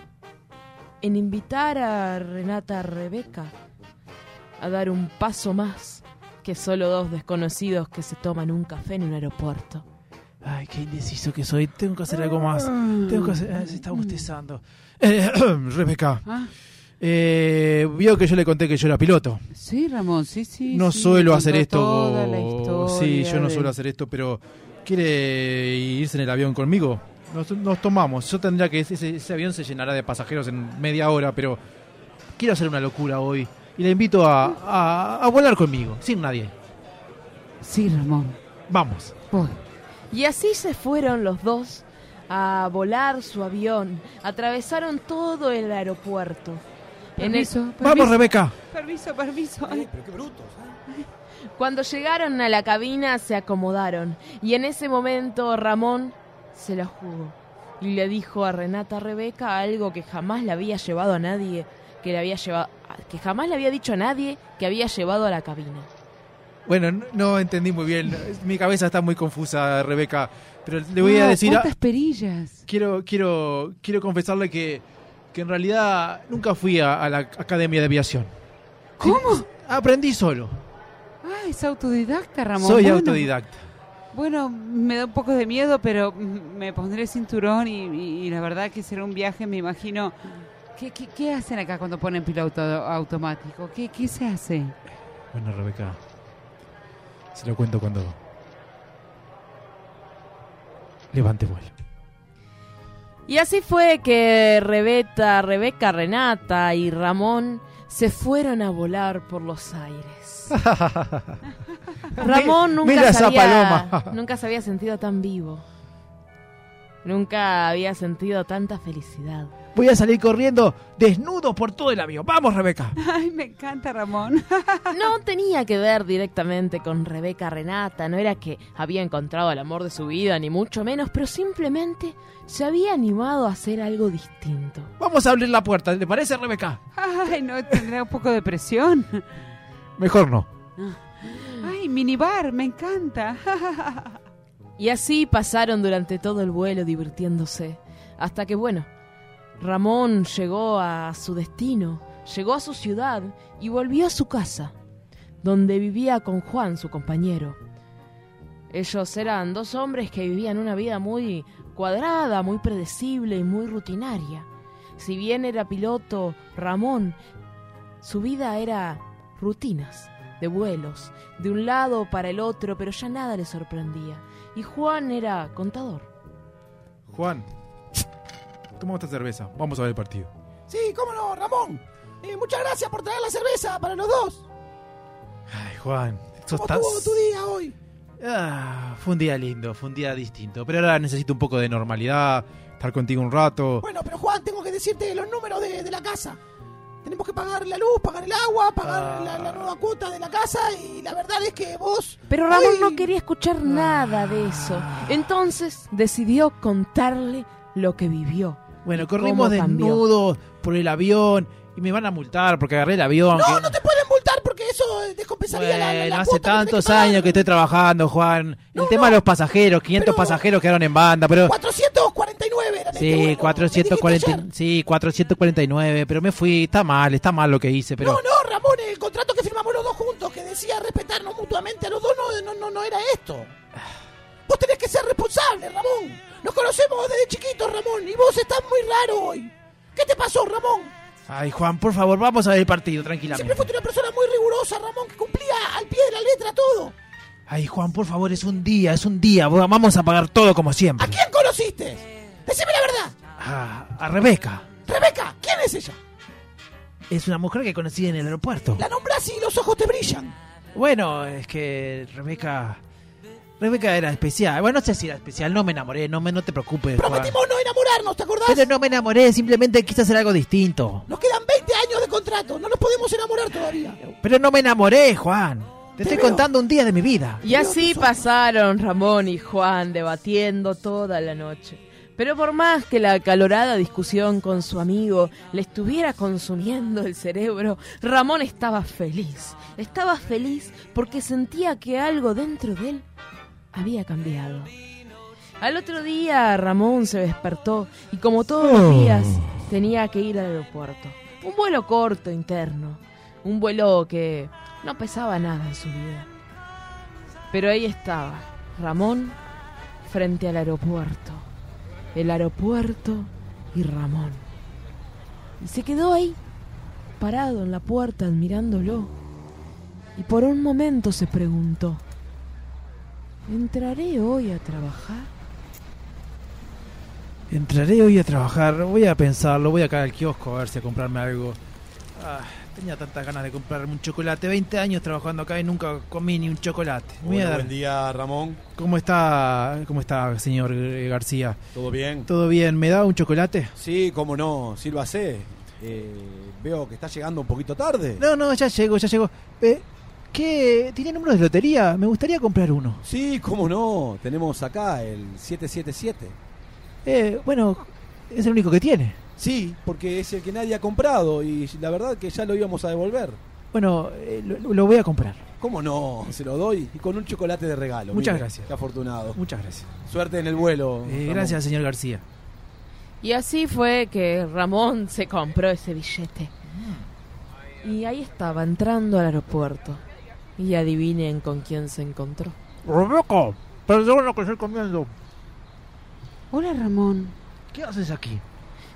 en invitar a Renata Rebeca a dar un paso más que solo dos desconocidos que se toman un café en un aeropuerto.
Ay, qué indeciso que soy. Tengo que hacer algo más. Tengo que hacer... ah, se está bostezando. Eh, Rebeca.
Ah.
Eh, vio que yo le conté que yo era piloto.
Sí, Ramón, sí, sí.
no
sí,
suelo
me
hacer
contó toda la
esto. Sí, yo
historia
no
de-
suelo hacer esto, pero ¿quiere irse en el avión conmigo? Nos, nos tomamos. Yo tendría que ese, ese avión se llenará de pasajeros en media hora, pero quiero hacer una locura hoy y le invito a, a- a volar conmigo, sin nadie.
Sí, Ramón,
Vamos.
voy.
Y así se fueron los dos a volar su avión. Atravesaron todo el aeropuerto. En el,
Permiso,
Vamos, Rebeca.
permiso, permiso. Ay,
pero qué brutos. ¿eh?
Cuando llegaron a la cabina se acomodaron y en ese momento Ramón se la jugó y le dijo a Renata Rebeca algo que jamás le había llevado a nadie, que le había llevado que jamás le había dicho a nadie que había llevado a la cabina.
Bueno, no, no entendí muy bien. Mi cabeza está muy confusa, Rebeca. Pero le voy a
wow,
decir... a-
¿Cuántas perillas?
quiero, quiero, quiero confesarle que, que en realidad nunca fui a, a la Academia de Aviación.
¿Cómo?
Aprendí solo.
Ah, es autodidacta, Ramón.
Soy
Bueno,
autodidacta.
Bueno, me da un poco de miedo, pero mm, me pondré cinturón y, y- y la verdad que será un viaje, me imagino. ¿Qué, qué, qué hacen acá cuando ponen piloto automático? ¿Qué, qué se hace?
Bueno, Rebeca, se lo cuento cuando levante vuelo.
Y así fue que Rebeta, Rebeca, Renata y Ramón se fueron a volar por los aires. Ramón nunca
mira
se
esa
había,
paloma.
nunca se había sentido tan vivo. Nunca había sentido tanta felicidad.
Voy a salir corriendo desnudo por todo el avión. Vamos, Rebeca.
Ay, me encanta, Ramón.
No tenía que ver directamente con Rebeca Renata, no era que había encontrado el amor de su vida, ni mucho menos, pero simplemente se había animado a hacer algo distinto.
Vamos a abrir la puerta. ¿Te parece, Rebeca?
Ay, no, tendrá un poco de presión.
Mejor no.
Ay, minibar, me encanta.
Y así pasaron durante todo el vuelo divirtiéndose, hasta que bueno, Ramón llegó a su destino, llegó a su ciudad y volvió a su casa, donde vivía con Juan, su compañero. Ellos eran dos hombres que vivían una vida muy cuadrada, muy predecible y muy rutinaria. Si bien era piloto, Ramón, su vida era rutinas, de vuelos, de un lado para el otro, pero ya nada le sorprendía. Y Juan era contador.
Juan, toma esta cerveza. Vamos a ver el partido.
Sí, cómo no, Ramón. Eh, muchas gracias por traer la cerveza para los dos.
Ay, Juan. sos
¿Cómo
tan-
estuvo tu día hoy?
Ah, fue un día lindo, fue un día distinto. Pero ahora necesito un poco de normalidad, estar contigo un rato.
Bueno, pero Juan, tengo que decirte los números de, de la casa.
tenemos que pagar la luz, pagar el agua, pagar
Ah.
la, la nueva cuota de la casa y la verdad es que vos...
Pero Ramón no quería escuchar nada de eso.
Ah.
Entonces decidió contarle lo que vivió.
Bueno,
y
corrimos
cómo cambió.
desnudos por el avión y me van a multar porque agarré el avión.
No,
que-
no te pueden multar porque eso eh, descompensaría la- la,
Bueno,
la
hace
cuota que tenés
tantos
que pagar.
años que estoy trabajando, Juan. el tema de los pasajeros, 500 pasajeros quedaron en banda, pero...
449 eran este
Sí, 440, sí, 449, pero me fui, está mal, está mal lo que hice, pero...
No, no, Ramón, el contrato que firmamos los dos juntos, que decía respetarnos mutuamente a los dos, no, no, no, no era esto. Vos tenés que ser responsable, Ramón. Nos conocemos desde chiquitos, Ramón, y vos estás muy raro hoy. ¿Qué te pasó, Ramón?
Ay, Juan, por favor, vamos a ver el partido, tranquilamente.
Siempre fuiste una persona muy rigurosa, Ramón, que cumplía al pie de la letra todo.
Ay, Juan, por favor, es un día, es un día, vamos a pagar todo como siempre.
¿Quién conociste? Decime la verdad.
Ah, a Rebeca,
Rebeca, ¿quién es ella?
es una mujer que conocí en el aeropuerto.
La nombrás y los ojos te brillan.
Bueno, es que Rebeca... Rebeca era especial. Bueno, no sé si era especial, no me enamoré, no, me, no te preocupes. Juan.
Prometimos no enamorarnos, ¿te acordás?
Pero no me enamoré, simplemente quise hacer algo distinto.
Nos quedan 20 años de contrato, no nos podemos enamorar todavía.
Pero no me enamoré, Juan. Te estoy
veo.
contando un día de mi vida.
Y así pasaron Ramón y Juan debatiendo toda la noche. Pero por más que la acalorada discusión con su amigo le estuviera consumiendo el cerebro, Ramón estaba feliz. Estaba feliz porque sentía que algo dentro de él había cambiado. Al otro día Ramón se despertó y como todos los
Oh.
días tenía que ir al aeropuerto. Un vuelo corto interno. Un vuelo que no pesaba nada en su vida. Pero ahí estaba, Ramón frente al aeropuerto. El aeropuerto y Ramón. Y se quedó ahí, parado en la puerta admirándolo. Y por un momento se preguntó, ¿entraré hoy a trabajar?
Entraré hoy a trabajar, voy a pensarlo, voy acá al kiosco a ver si a comprarme algo. Ah, tenía tantas ganas de comprarme un chocolate. 20 años trabajando acá y nunca comí ni un chocolate. Me voy a
Bueno,
dar-
buen día, Ramón.
¿Cómo está, cómo está, señor eh, García?
¿Todo bien?
¿Todo bien? ¿Me da un chocolate?
Sí, cómo no, sírvase. Eh, veo que está llegando un poquito tarde.
No, no, ya llego, ya llego. Eh, ¿Qué? ¿Tiene números de lotería? Me gustaría comprar uno.
Sí, cómo no. Tenemos acá el 777.
Eh, bueno, es el único que tiene.
Sí, porque es el que nadie ha comprado y la verdad que ya lo íbamos a devolver.
Bueno, eh, lo- lo voy a comprar.
¿Cómo no? Se lo doy y con un chocolate de regalo.
Muchas
Mire,
gracias.
Qué afortunado.
Muchas gracias.
Suerte en el vuelo.
Eh,
Ramón.
gracias, señor García.
Y así fue que Ramón se compró ese billete. Y ahí estaba entrando al aeropuerto. Y adivinen con quién se encontró.
Roberto, perdón lo que estoy comiendo.
Hola, Ramón.
¿Qué haces aquí?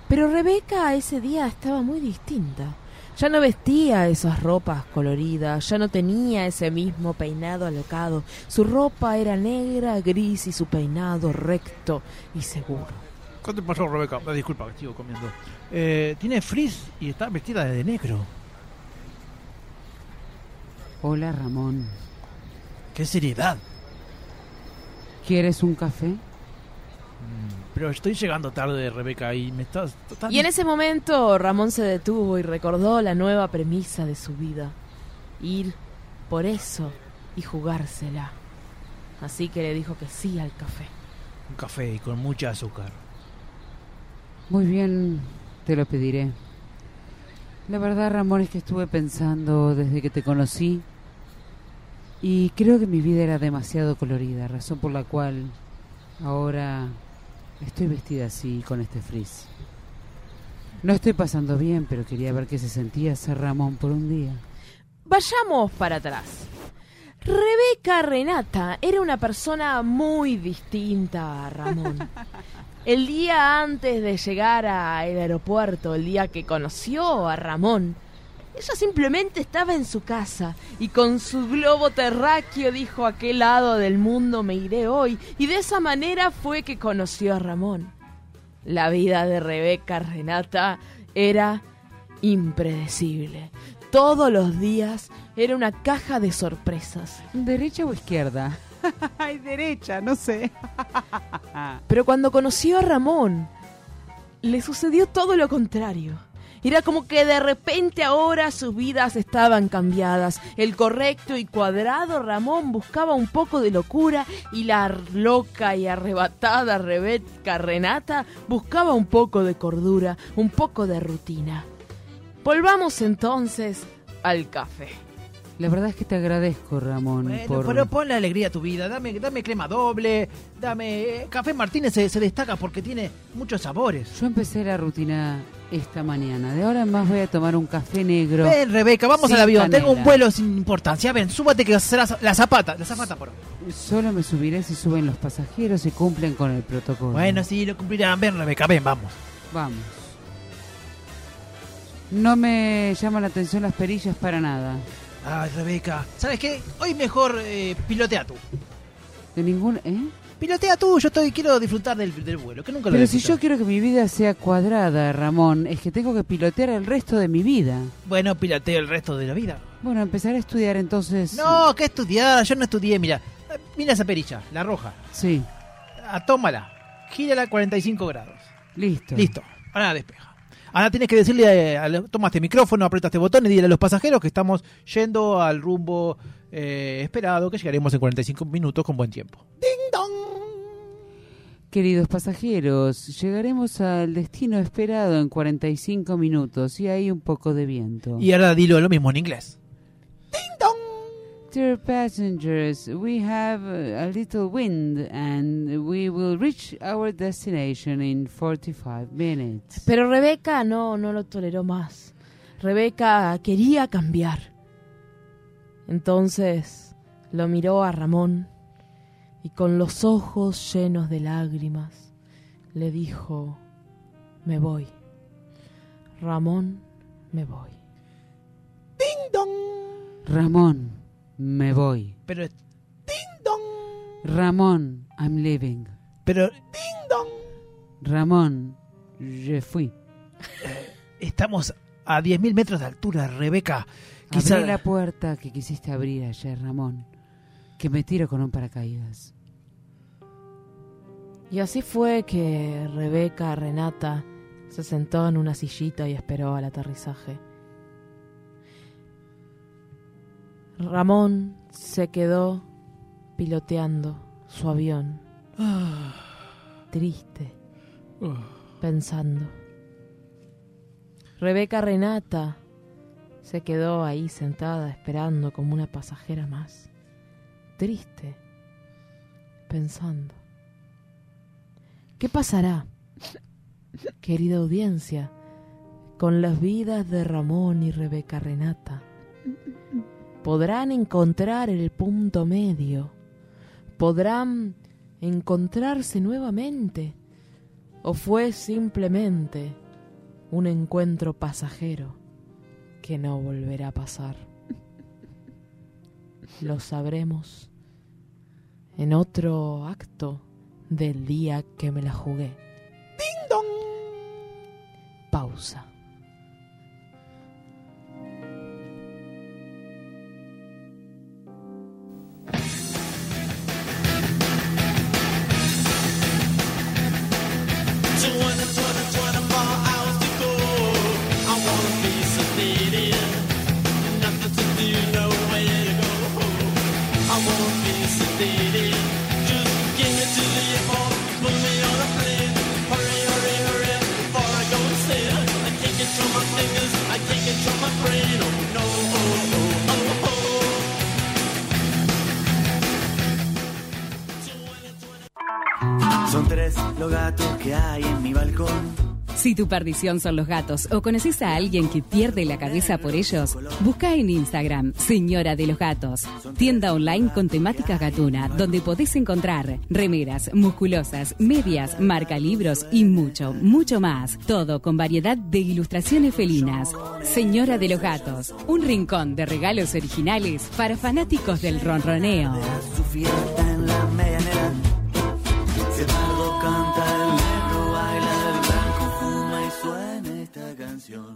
Pero Rebeca ese día estaba muy distinta. Ya no vestía esas ropas coloridas, ya no tenía ese mismo peinado alocado. Su ropa era negra, gris y su peinado recto y seguro.
¿Qué te pasó, Rebeca? Ah, disculpa, que sigo comiendo. Eh, tiene frizz y está vestida de negro.
Hola, Ramón.
¡Qué seriedad!
¿Quieres un café?
Pero estoy llegando tarde, Rebeca, y me estás... estás-
Y en ese momento Ramón se detuvo y recordó la nueva premisa de su vida. Ir por eso y jugársela. Así que le dijo que sí al café.
Un café y con mucha azúcar.
Muy bien, te lo pediré. La verdad, Ramón, es que estuve pensando desde que te conocí y creo que mi vida era demasiado colorida, razón por la cual ahora estoy vestida así con este frizz. No estoy pasando bien, pero quería ver qué se sentía ser Ramón por un día.
Vayamos para atrás. Rebeca Renata era una persona muy distinta a Ramón. El día antes de llegar al aeropuerto, el día que conoció a Ramón, ella simplemente estaba en su casa y con su globo terráqueo dijo a qué lado del mundo me iré hoy y de esa manera fue que conoció a Ramón. La vida de Rebeca Renata era impredecible. Todos los días era una caja de sorpresas.
¿Derecha o izquierda? Ay, derecha, no sé.
Pero cuando conoció a Ramón, le sucedió todo lo contrario. Y era como que de repente ahora sus vidas estaban cambiadas. El correcto y cuadrado Ramón buscaba un poco de locura y la loca y arrebatada Rebeca Renata buscaba un poco de cordura, un poco de rutina. Volvamos entonces al café.
La verdad es que te agradezco, Ramón.
Bueno,
por...
pero pon la alegría a tu vida. Dame, dame crema doble. Dame. eh, Café Martínez se, se destaca porque tiene muchos sabores.
Yo empecé la rutina esta mañana. De ahora en más voy a tomar un café negro.
Ven, Rebeca, vamos
sin
al avión.
canela.
Tengo un vuelo sin importancia. Ven, súbate que serás la zapata. La zapata, por favor.
Solo me subiré si suben los pasajeros y cumplen con el protocolo.
Bueno, sí, lo cumplirán. Ven, Rebeca, ven, vamos.
Vamos. No me llaman la atención las perillas para nada.
Ay, Rebeca. ¿Sabes qué? Hoy mejor eh, pilotea tú.
De ningún... ¿Eh?
Pilotea tú. Yo estoy, quiero disfrutar del, del vuelo. Que nunca lo
Pero si
disfruto.
yo quiero que mi vida sea cuadrada, Ramón, es que tengo que pilotear el resto de mi vida.
Bueno, piloteo el resto de la vida.
Bueno, empezaré a estudiar entonces.
No, que estudiar, yo no estudié, mira. Eh, Mira esa perilla, la roja.
Sí.
Atómala. Gírala 45 grados.
Listo.
Listo. Ahora despeja. Ahora tienes que decirle, eh, al- toma este micrófono, aprieta este botón y dile a los pasajeros que estamos yendo al rumbo eh, esperado, que llegaremos en 45 minutos con buen tiempo.
Queridos pasajeros, llegaremos al destino esperado en 45 minutos y hay un poco de viento.
Y ahora dilo lo mismo en inglés.
Dear passengers, we have uh, a little wind and we will reach our destination in 45 minutes.
Pero Rebeca no, no lo toleró más. Rebeca quería cambiar. Entonces lo miró a Ramón y con los ojos llenos de lágrimas le dijo, me voy. Ramón, me voy.
Ramón, me voy.
Pero
Ramón, I'm leaving.
Pero
Ramón, je fui.
estamos a 10.000 metros de altura, Rebeca.
Abrí
Quizá...
la puerta que quisiste abrir ayer, Ramón. Que me tiro con un paracaídas.
Y así fue que Rebeca Renata se sentó en una sillita y esperó al aterrizaje. Ramón se quedó piloteando su avión, triste, pensando. Rebeca Renata se quedó ahí sentada esperando como una pasajera más, triste, pensando. ¿Qué pasará, querida audiencia, con las vidas de Ramón y Rebeca Renata? ¿Podrán encontrar el punto medio? ¿Podrán encontrarse nuevamente? ¿O fue simplemente un encuentro pasajero que no volverá a pasar? Lo sabremos en otro acto del día que me la jugué. ¡Ding dong! Pausa.
Son tres los gatos que hay en mi balcón.
Si tu perdición son los gatos o conoces a alguien que pierde la cabeza por ellos, busca en Instagram Señora de los Gatos, tienda online con temática gatuna, donde podés encontrar remeras, musculosas, medias, marca libros y mucho, mucho más. Todo con variedad de ilustraciones felinas. Señora de los Gatos, un rincón de regalos originales para fanáticos del ronroneo.
Su fiesta en la medianera. Si el bardo canta, el negro baila, el blanco fuma y suena esta canción.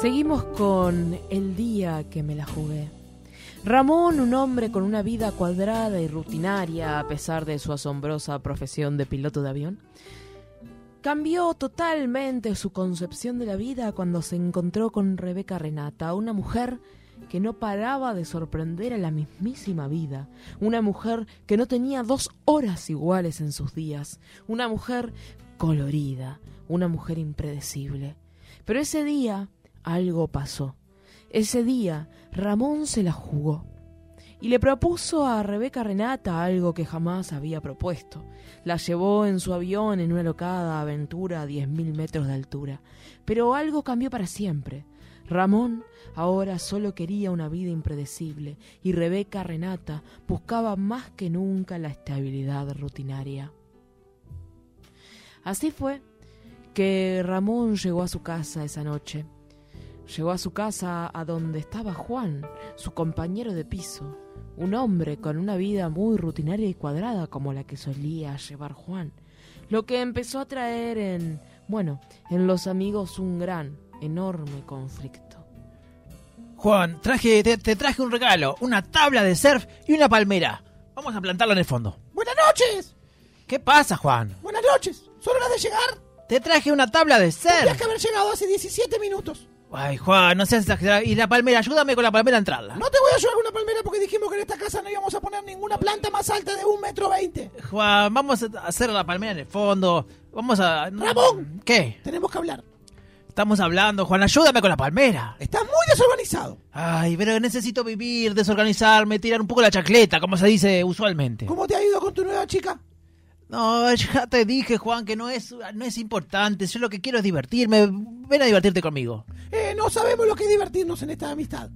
Seguimos con El día que me la jugué. Ramón, un hombre con una vida cuadrada y rutinaria a pesar de su asombrosa profesión de piloto de avión, cambió totalmente su concepción de la vida cuando se encontró con Rebeca Renata, una mujer que no paraba de sorprender a la mismísima vida, una mujer que no tenía dos horas iguales en sus días, una mujer colorida, una mujer impredecible. Pero ese día algo pasó. Ese día Ramón se la jugó y le propuso a Rebeca Renata algo que jamás había propuesto. La llevó en su avión en una locada aventura a 10.000 metros de altura. Pero algo cambió para siempre. Ramón ahora solo quería una vida impredecible y Rebeca Renata buscaba más que nunca la estabilidad rutinaria. Así fue que Ramón llegó a su casa esa noche. Llegó a su casa a donde estaba Juan, su compañero de piso, un hombre con una vida muy rutinaria y cuadrada como la que solía llevar Juan, lo que empezó a traer en, bueno, en los amigos un gran, enorme conflicto.
Juan, traje, te, te traje un regalo, una tabla de surf y una palmera. Vamos a plantarla en el fondo.
Buenas noches.
¿Qué pasa, Juan?
Buenas noches. ¿Son horas de llegar?
Te traje una tabla de
Tendrías
surf.
que haber llegado hace 17 minutos.
Ay, Juan, no seas exagerado. Y la palmera, ayúdame con la palmera a entrarla.
No te voy a ayudar con una palmera porque dijimos que en esta casa no íbamos a poner ninguna planta más alta de un metro veinte.
Juan, vamos a hacer la palmera en el fondo. Vamos a...
Ramón.
¿Qué?
Tenemos que hablar.
Estamos hablando, Juan, ayúdame con la palmera.
Estás muy desorganizado.
Ay, pero necesito vivir, desorganizarme, tirar un poco la chacleta, como se dice usualmente.
¿Cómo te ha ido con tu nueva chica?
No, ya te dije, Juan, que no es, no es importante. Yo lo que quiero es divertirme. Ven a divertirte conmigo.
Eh, no sabemos lo que es divertirnos en esta amistad.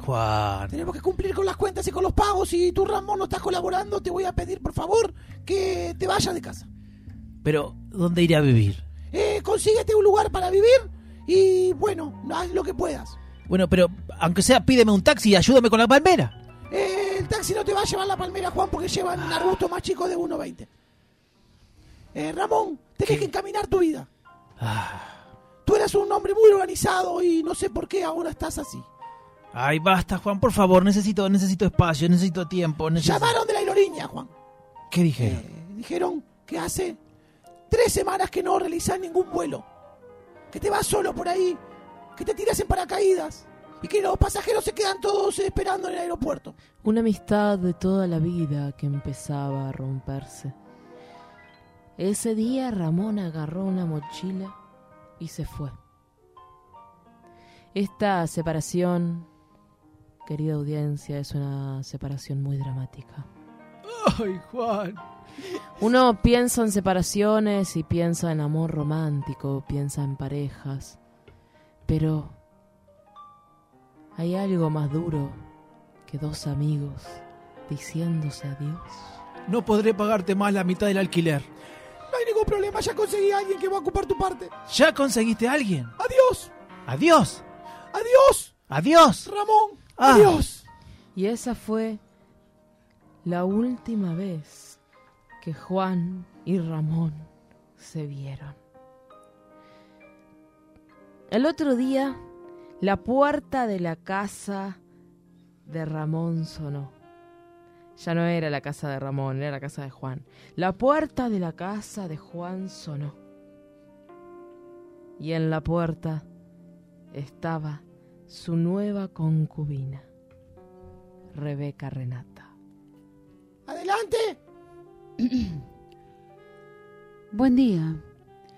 Juan.
Tenemos que cumplir con las cuentas y con los pagos. Y tú, Ramón, no estás colaborando. Te voy a pedir, por favor, que te vayas de casa.
Pero, ¿dónde iré a vivir?
Eh, consíguete un lugar para vivir y, bueno, haz lo que puedas.
Bueno, pero aunque sea, pídeme un taxi y ayúdame con la palmera.
Eh, el taxi no te va a llevar la palmera, Juan, porque llevan un arbusto más chico de 1,20. Eh, Ramón, tenés que encaminar tu vida.
Ah,
Tú eras un hombre muy organizado y no sé por qué ahora estás así.
Ay, basta, Juan, por favor. Necesito, necesito espacio, necesito tiempo. necesito-
Llamaron de la aerolínea, Juan. Eh,
¿Qué dije?
Dijeron que hace tres semanas que no realizás ningún vuelo. Que te vas solo por ahí. Que te tiras en paracaídas. Y que los pasajeros se quedan todos esperando en el aeropuerto.
Una amistad de toda la vida que empezaba a romperse. Ese día Ramón agarró una mochila y se fue. Esta separación, querida audiencia, es una separación muy dramática.
Ay, Juan.
Uno piensa en separaciones y piensa en amor romántico, piensa en parejas, pero hay algo más duro que dos amigos diciéndose adiós.
No podré pagarte más la mitad del alquiler.
No hay ningún problema, ya conseguí a alguien que va a ocupar tu parte.
¿Ya conseguiste a alguien?
Adiós,
Adiós.
adiós,
Adiós.
Ramón,
Ah.
adiós.
Y esa fue la última vez que Juan y Ramón se vieron. El otro día, la puerta de la casa de Ramón sonó. Ya no era la casa de Ramón, era la casa de Juan. La puerta de la casa de Juan sonó. Y en la puerta estaba su nueva concubina. Rebeca Renata.
Adelante,
Buen día.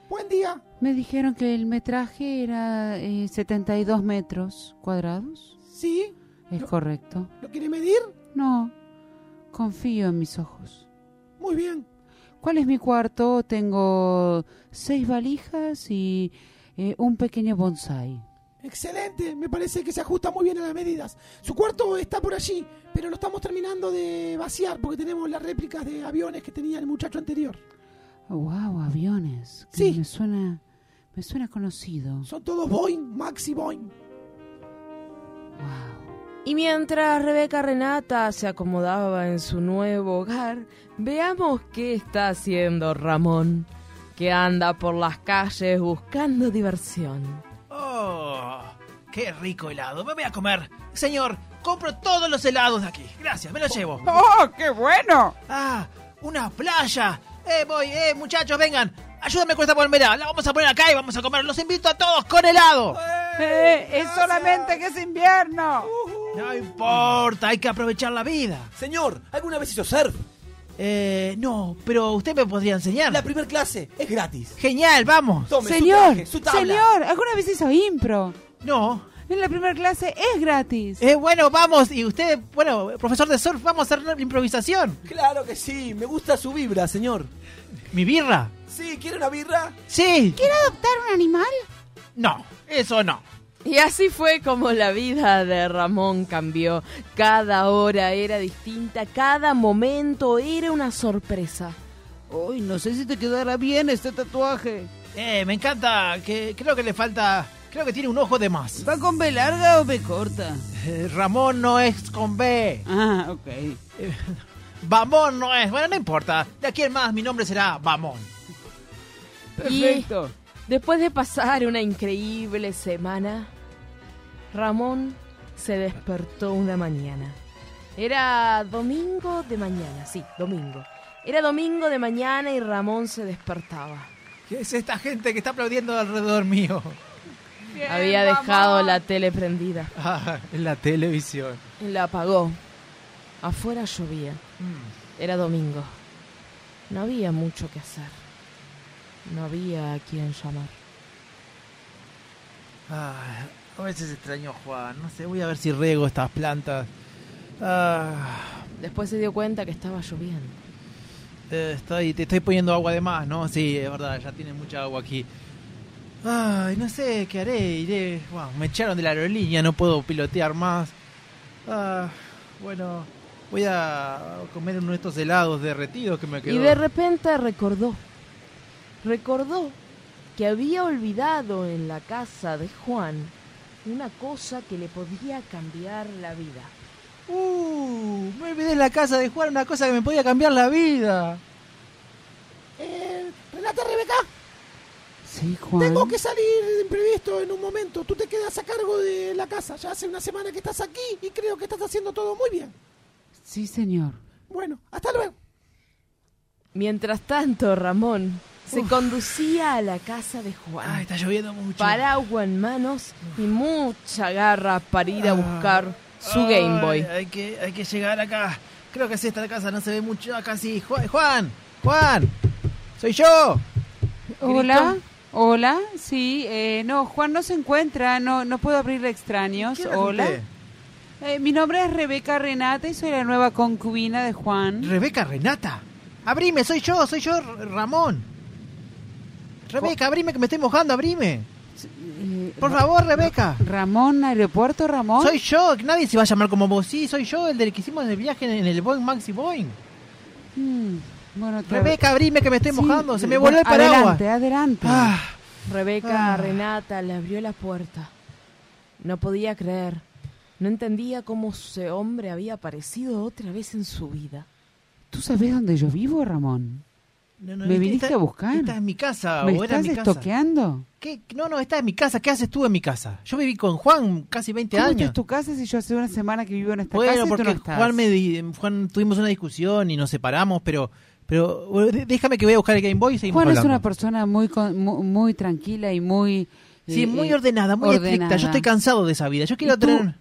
buen día.
Me dijeron que el metraje era eh, 72 metros cuadrados.
¿Sí?
¿Es
No.
correcto?
¿Lo quiere medir?
No. Confío en mis ojos.
Muy bien.
¿Cuál es mi cuarto? Tengo seis valijas y eh, un pequeño bonsai.
Excelente, me parece que se ajusta muy bien a las medidas. Su cuarto está por allí, pero lo estamos terminando de vaciar porque tenemos las réplicas de aviones que tenía el muchacho anterior.
Wow, aviones. Sí. Me suena, me suena conocido.
Son todos Boeing, Max y Boeing.
Y mientras Rebeca Renata se acomodaba en su nuevo hogar, veamos qué está haciendo Ramón, que anda por las calles buscando diversión.
¡Oh! ¡Qué rico helado! Me voy a comer. Señor, compro todos los helados de aquí. Gracias, me los llevo.
¡Oh, qué bueno!
¡Ah! ¡Una playa! ¡Eh, voy! ¡Eh, muchachos, vengan! Ayúdame con esta palmera. La vamos a poner acá y vamos a comer. Los invito a todos con helado.
Eh,
Eh,
es solamente que es invierno.
No importa, hay que aprovechar la vida. Señor, ¿alguna vez hizo surf? Eh, no, pero usted me podría enseñar. La primera clase es gratis. Genial, vamos.
señor, señor, ¿alguna vez hizo impro?
No.
En la primera clase es gratis.
Eh, bueno, vamos. Y usted, bueno, profesor de surf, vamos a hacer una improvisación.
Claro que sí, me gusta su vibra, señor.
¿Mi birra?
Sí, ¿quiere una birra?
Sí.
¿Quiere adoptar un animal?
No, eso no.
Y así fue como la vida de Ramón cambió. Cada hora era distinta, cada momento era una sorpresa.
Uy, no sé si te quedará bien este tatuaje.
Eh, me encanta. Que creo que le falta. Creo que tiene un ojo de más.
¿Va con B larga o B corta?
Eh, Ramón no es con B.
Ah, ok.
Vamón no es. Bueno, no importa. De aquí en más mi nombre será Vamón.
Perfecto. después de pasar una increíble semana, Ramón se despertó una mañana. Era domingo de mañana, sí, domingo. Era domingo de mañana y Ramón se despertaba.
¿Qué es esta gente que está aplaudiendo alrededor mío?
Había dejado la tele prendida.
Ah, en la televisión.
La apagó. Afuera llovía. Era domingo. No había mucho que hacer. No había a quien llamar.
Ah, a veces extraño a Juan. No sé, voy a ver si riego estas plantas. Ah,
Después se dio cuenta que estaba lloviendo.
eh, estoy, te estoy poniendo agua de más, ¿no? Sí, es verdad, ya tiene mucha agua aquí. Ay, no sé qué haré. Iré. Guau, me echaron de la aerolínea, no puedo pilotear más. Ah, bueno, voy a comer uno de estos helados derretidos que me quedó.
Y de repente recordó. Recordó que había olvidado en la casa de Juan una cosa que le podía cambiar la vida.
Uh, me olvidé en la casa de Juan una cosa que me podía cambiar la vida.
Eh, Renata Rebeca,
Sí, Juan.
tengo que salir de imprevisto en un momento. Tú te quedas a cargo de la casa. Ya hace una semana que estás aquí y creo que estás haciendo todo muy bien.
Sí, señor.
Bueno, hasta luego.
Mientras tanto, Ramón se conducía a la casa de Juan.
Ah, está lloviendo mucho.
Paraguas en manos y mucha garra para ir a buscar su Game Boy.
Ah. Ay, Hay que, hay que llegar acá. Creo que es esta la casa, no se ve mucho. Acá sí. Juan, Juan, Juan, soy yo.
Hola. Hola, sí, eh, no, Juan no se encuentra, no, no puedo abrirle extraños.
¿Quién es
Hola.
usted?
Eh, mi nombre es Rebeca Renata y soy la nueva concubina de Juan.
Rebeca Renata. Abrime, soy yo, soy yo, R- Ramón. Rebeca, abrime que me estoy mojando, abrime. Por favor, Rebeca.
Eh, Ramón, aeropuerto Ramón.
Soy yo, que nadie se va a llamar como vos. Sí, soy yo, el del que hicimos el viaje en el Boeing Maxi Boeing.
Mm, bueno, otra
Rebeca,
vez.
abrime que me estoy
Sí,
mojando. Se me
eh,
voló el
adelante,
paraguas.
Adelante,
Ah.
Rebeca
Ah.
Renata le abrió la puerta. No podía creer. No entendía cómo ese hombre había aparecido otra vez en su vida.
¿Tú sabes dónde yo vivo, Ramón?
No, no,
¿Me
esta-
viniste
esta-
a buscar?
Esta es mi casa,
¿Me
o era
estás
Ah, mi casa.
estoqueando?
¿Qué? No, no, esta es mi casa. ¿Qué haces tú en mi casa? Yo viví con Juan casi 20
¿Cómo
años.
es tu casa si yo hace una semana que vivo en esta casa
Este Bueno,
y tú
porque
no estás?
Juan, me di- Juan tuvimos una discusión y nos separamos, pero pero bueno, de- déjame que voy a buscar el Game Boy y seguimos
Juan es
hablando.
una persona muy, con- mu- muy, tranquila y muy...
Sí,
eh,
muy
eh,
ordenada, muy estricta. Yo
ordenada.
estoy cansado de esa vida. Yo quiero
tú-
tener...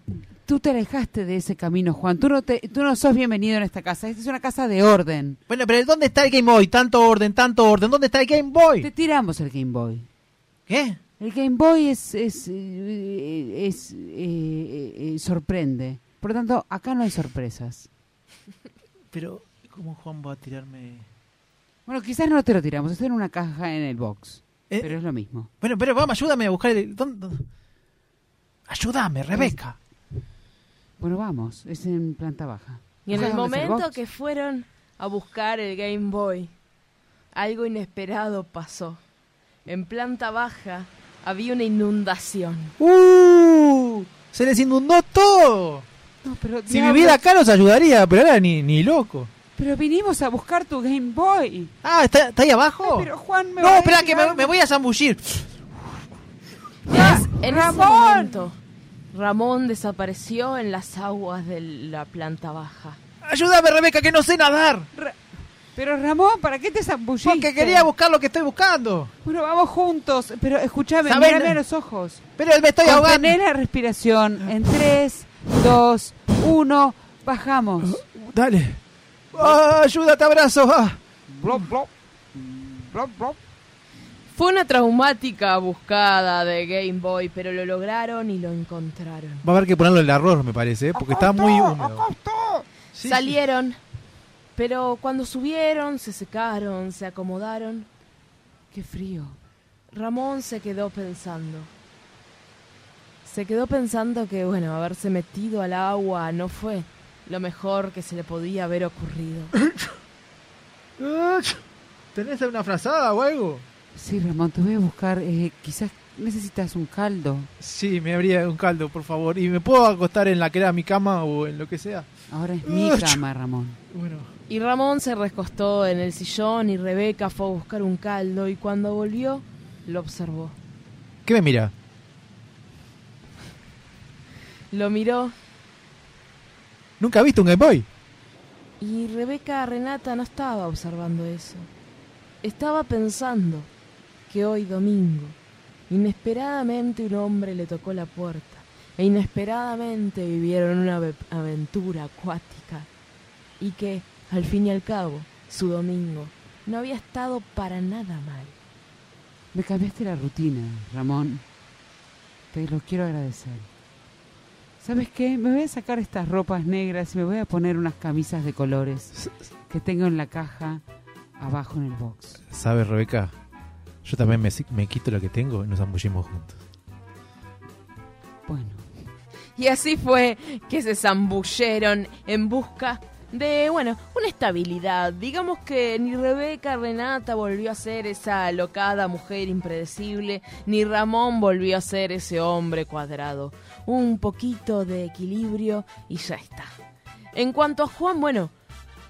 Tú te alejaste de ese camino, Juan. Tú no, te- tú no sos bienvenido en esta casa. Esta es una casa de orden.
Bueno, pero ¿dónde está el Game Boy? Tanto orden, tanto orden. ¿Dónde está el Game Boy?
Te tiramos el Game Boy.
¿Qué?
El Game Boy es, es, eh, es, eh, eh, eh, sorprende. Por lo tanto, acá no hay sorpresas.
Pero, ¿cómo Juan va a tirarme?
Bueno, quizás no te lo tiramos, está en una caja en el box.
Eh.
pero es lo mismo.
Bueno, pero vamos, ayúdame a buscar el. ¿dónde- dónde? Ayúdame, Rebeca.
Bueno, vamos, es en planta baja.
Y en
¿Sabes
el
dónde es
momento
box?
que fueron a buscar el Game Boy, algo inesperado pasó. En planta baja había una inundación.
¡Uh! Se les inundó todo.
No, pero,
Si viviera acá nos ayudaría, pero ahora ni, ni loco.
Pero vinimos a buscar tu Game Boy.
Ah, ¿está, está ahí abajo?
pero Juan me
no,
va a
espera,
decir
que me,
algo.
me voy a zambullir.
En ese
Ramón.
momento, Ramón desapareció en las aguas de la planta baja.
Ayúdame, Rebeca, que no sé nadar.
Pero Ramón, ¿para qué te zambulliste?
Porque quería buscar lo que estoy buscando.
Bueno, vamos juntos. Pero escúchame,
¿Sabés?
mírame a los ojos.
Pero me estoy ahogando.
Contener la respiración. En 3, 2, 1, bajamos.
Dale. Ah, ayúdate, abrazo. ah.
Fue una traumática buscada de Game Boy, pero lo lograron y lo encontraron.
Va a haber que ponerlo en el arroz, me parece, ¿eh? porque está muy húmedo.
Salieron, pero cuando subieron, se secaron, se acomodaron.
Qué frío.
Ramón se quedó pensando. Se quedó pensando que, bueno, haberse metido al agua no fue lo mejor que se le podía haber ocurrido.
¿Tenés alguna frazada o algo?
Sí, Ramón, te voy a buscar. eh, quizás necesitas un caldo.
Sí, me habría un caldo, por favor. ¿Y me puedo acostar en la que era mi cama o en lo que sea?
Ahora es mi cama, Ramón.
Bueno.
Y Ramón se recostó en el sillón y Rebeca fue a buscar un caldo y cuando volvió lo observó.
¿Qué me mira?
Lo miró
¿Nunca viste un Game Boy?
y Rebeca Renata no estaba observando eso. Estaba pensando que hoy domingo, inesperadamente un hombre le tocó la puerta e inesperadamente vivieron una ave- aventura acuática y que, al fin y al cabo, su domingo no había estado para nada mal.
Me cambiaste la rutina, Ramón. Te lo quiero agradecer. ¿Sabes qué? Me voy a sacar estas ropas negras y me voy a poner unas camisas de colores que tengo en la caja abajo en el box.
¿Sabes, Rebeca? Yo también me, me quito lo que tengo y nos zambullimos juntos.
Y así fue que se zambulleron en busca de, bueno, una estabilidad. Digamos que ni Rebeca Renata volvió a ser esa alocada mujer impredecible, ni Ramón volvió a ser ese hombre cuadrado. Un poquito de equilibrio y ya está. En cuanto a Juan, bueno,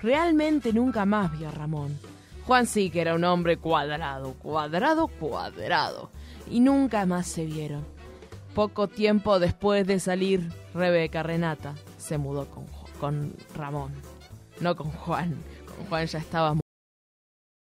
realmente nunca más vio a Ramón. Juan sí que era un hombre cuadrado, cuadrado, cuadrado. Y nunca más se vieron. Poco tiempo después de salir, Rebeca Renata se mudó con, Ju- con Ramón. No con Juan. Con Juan ya estaba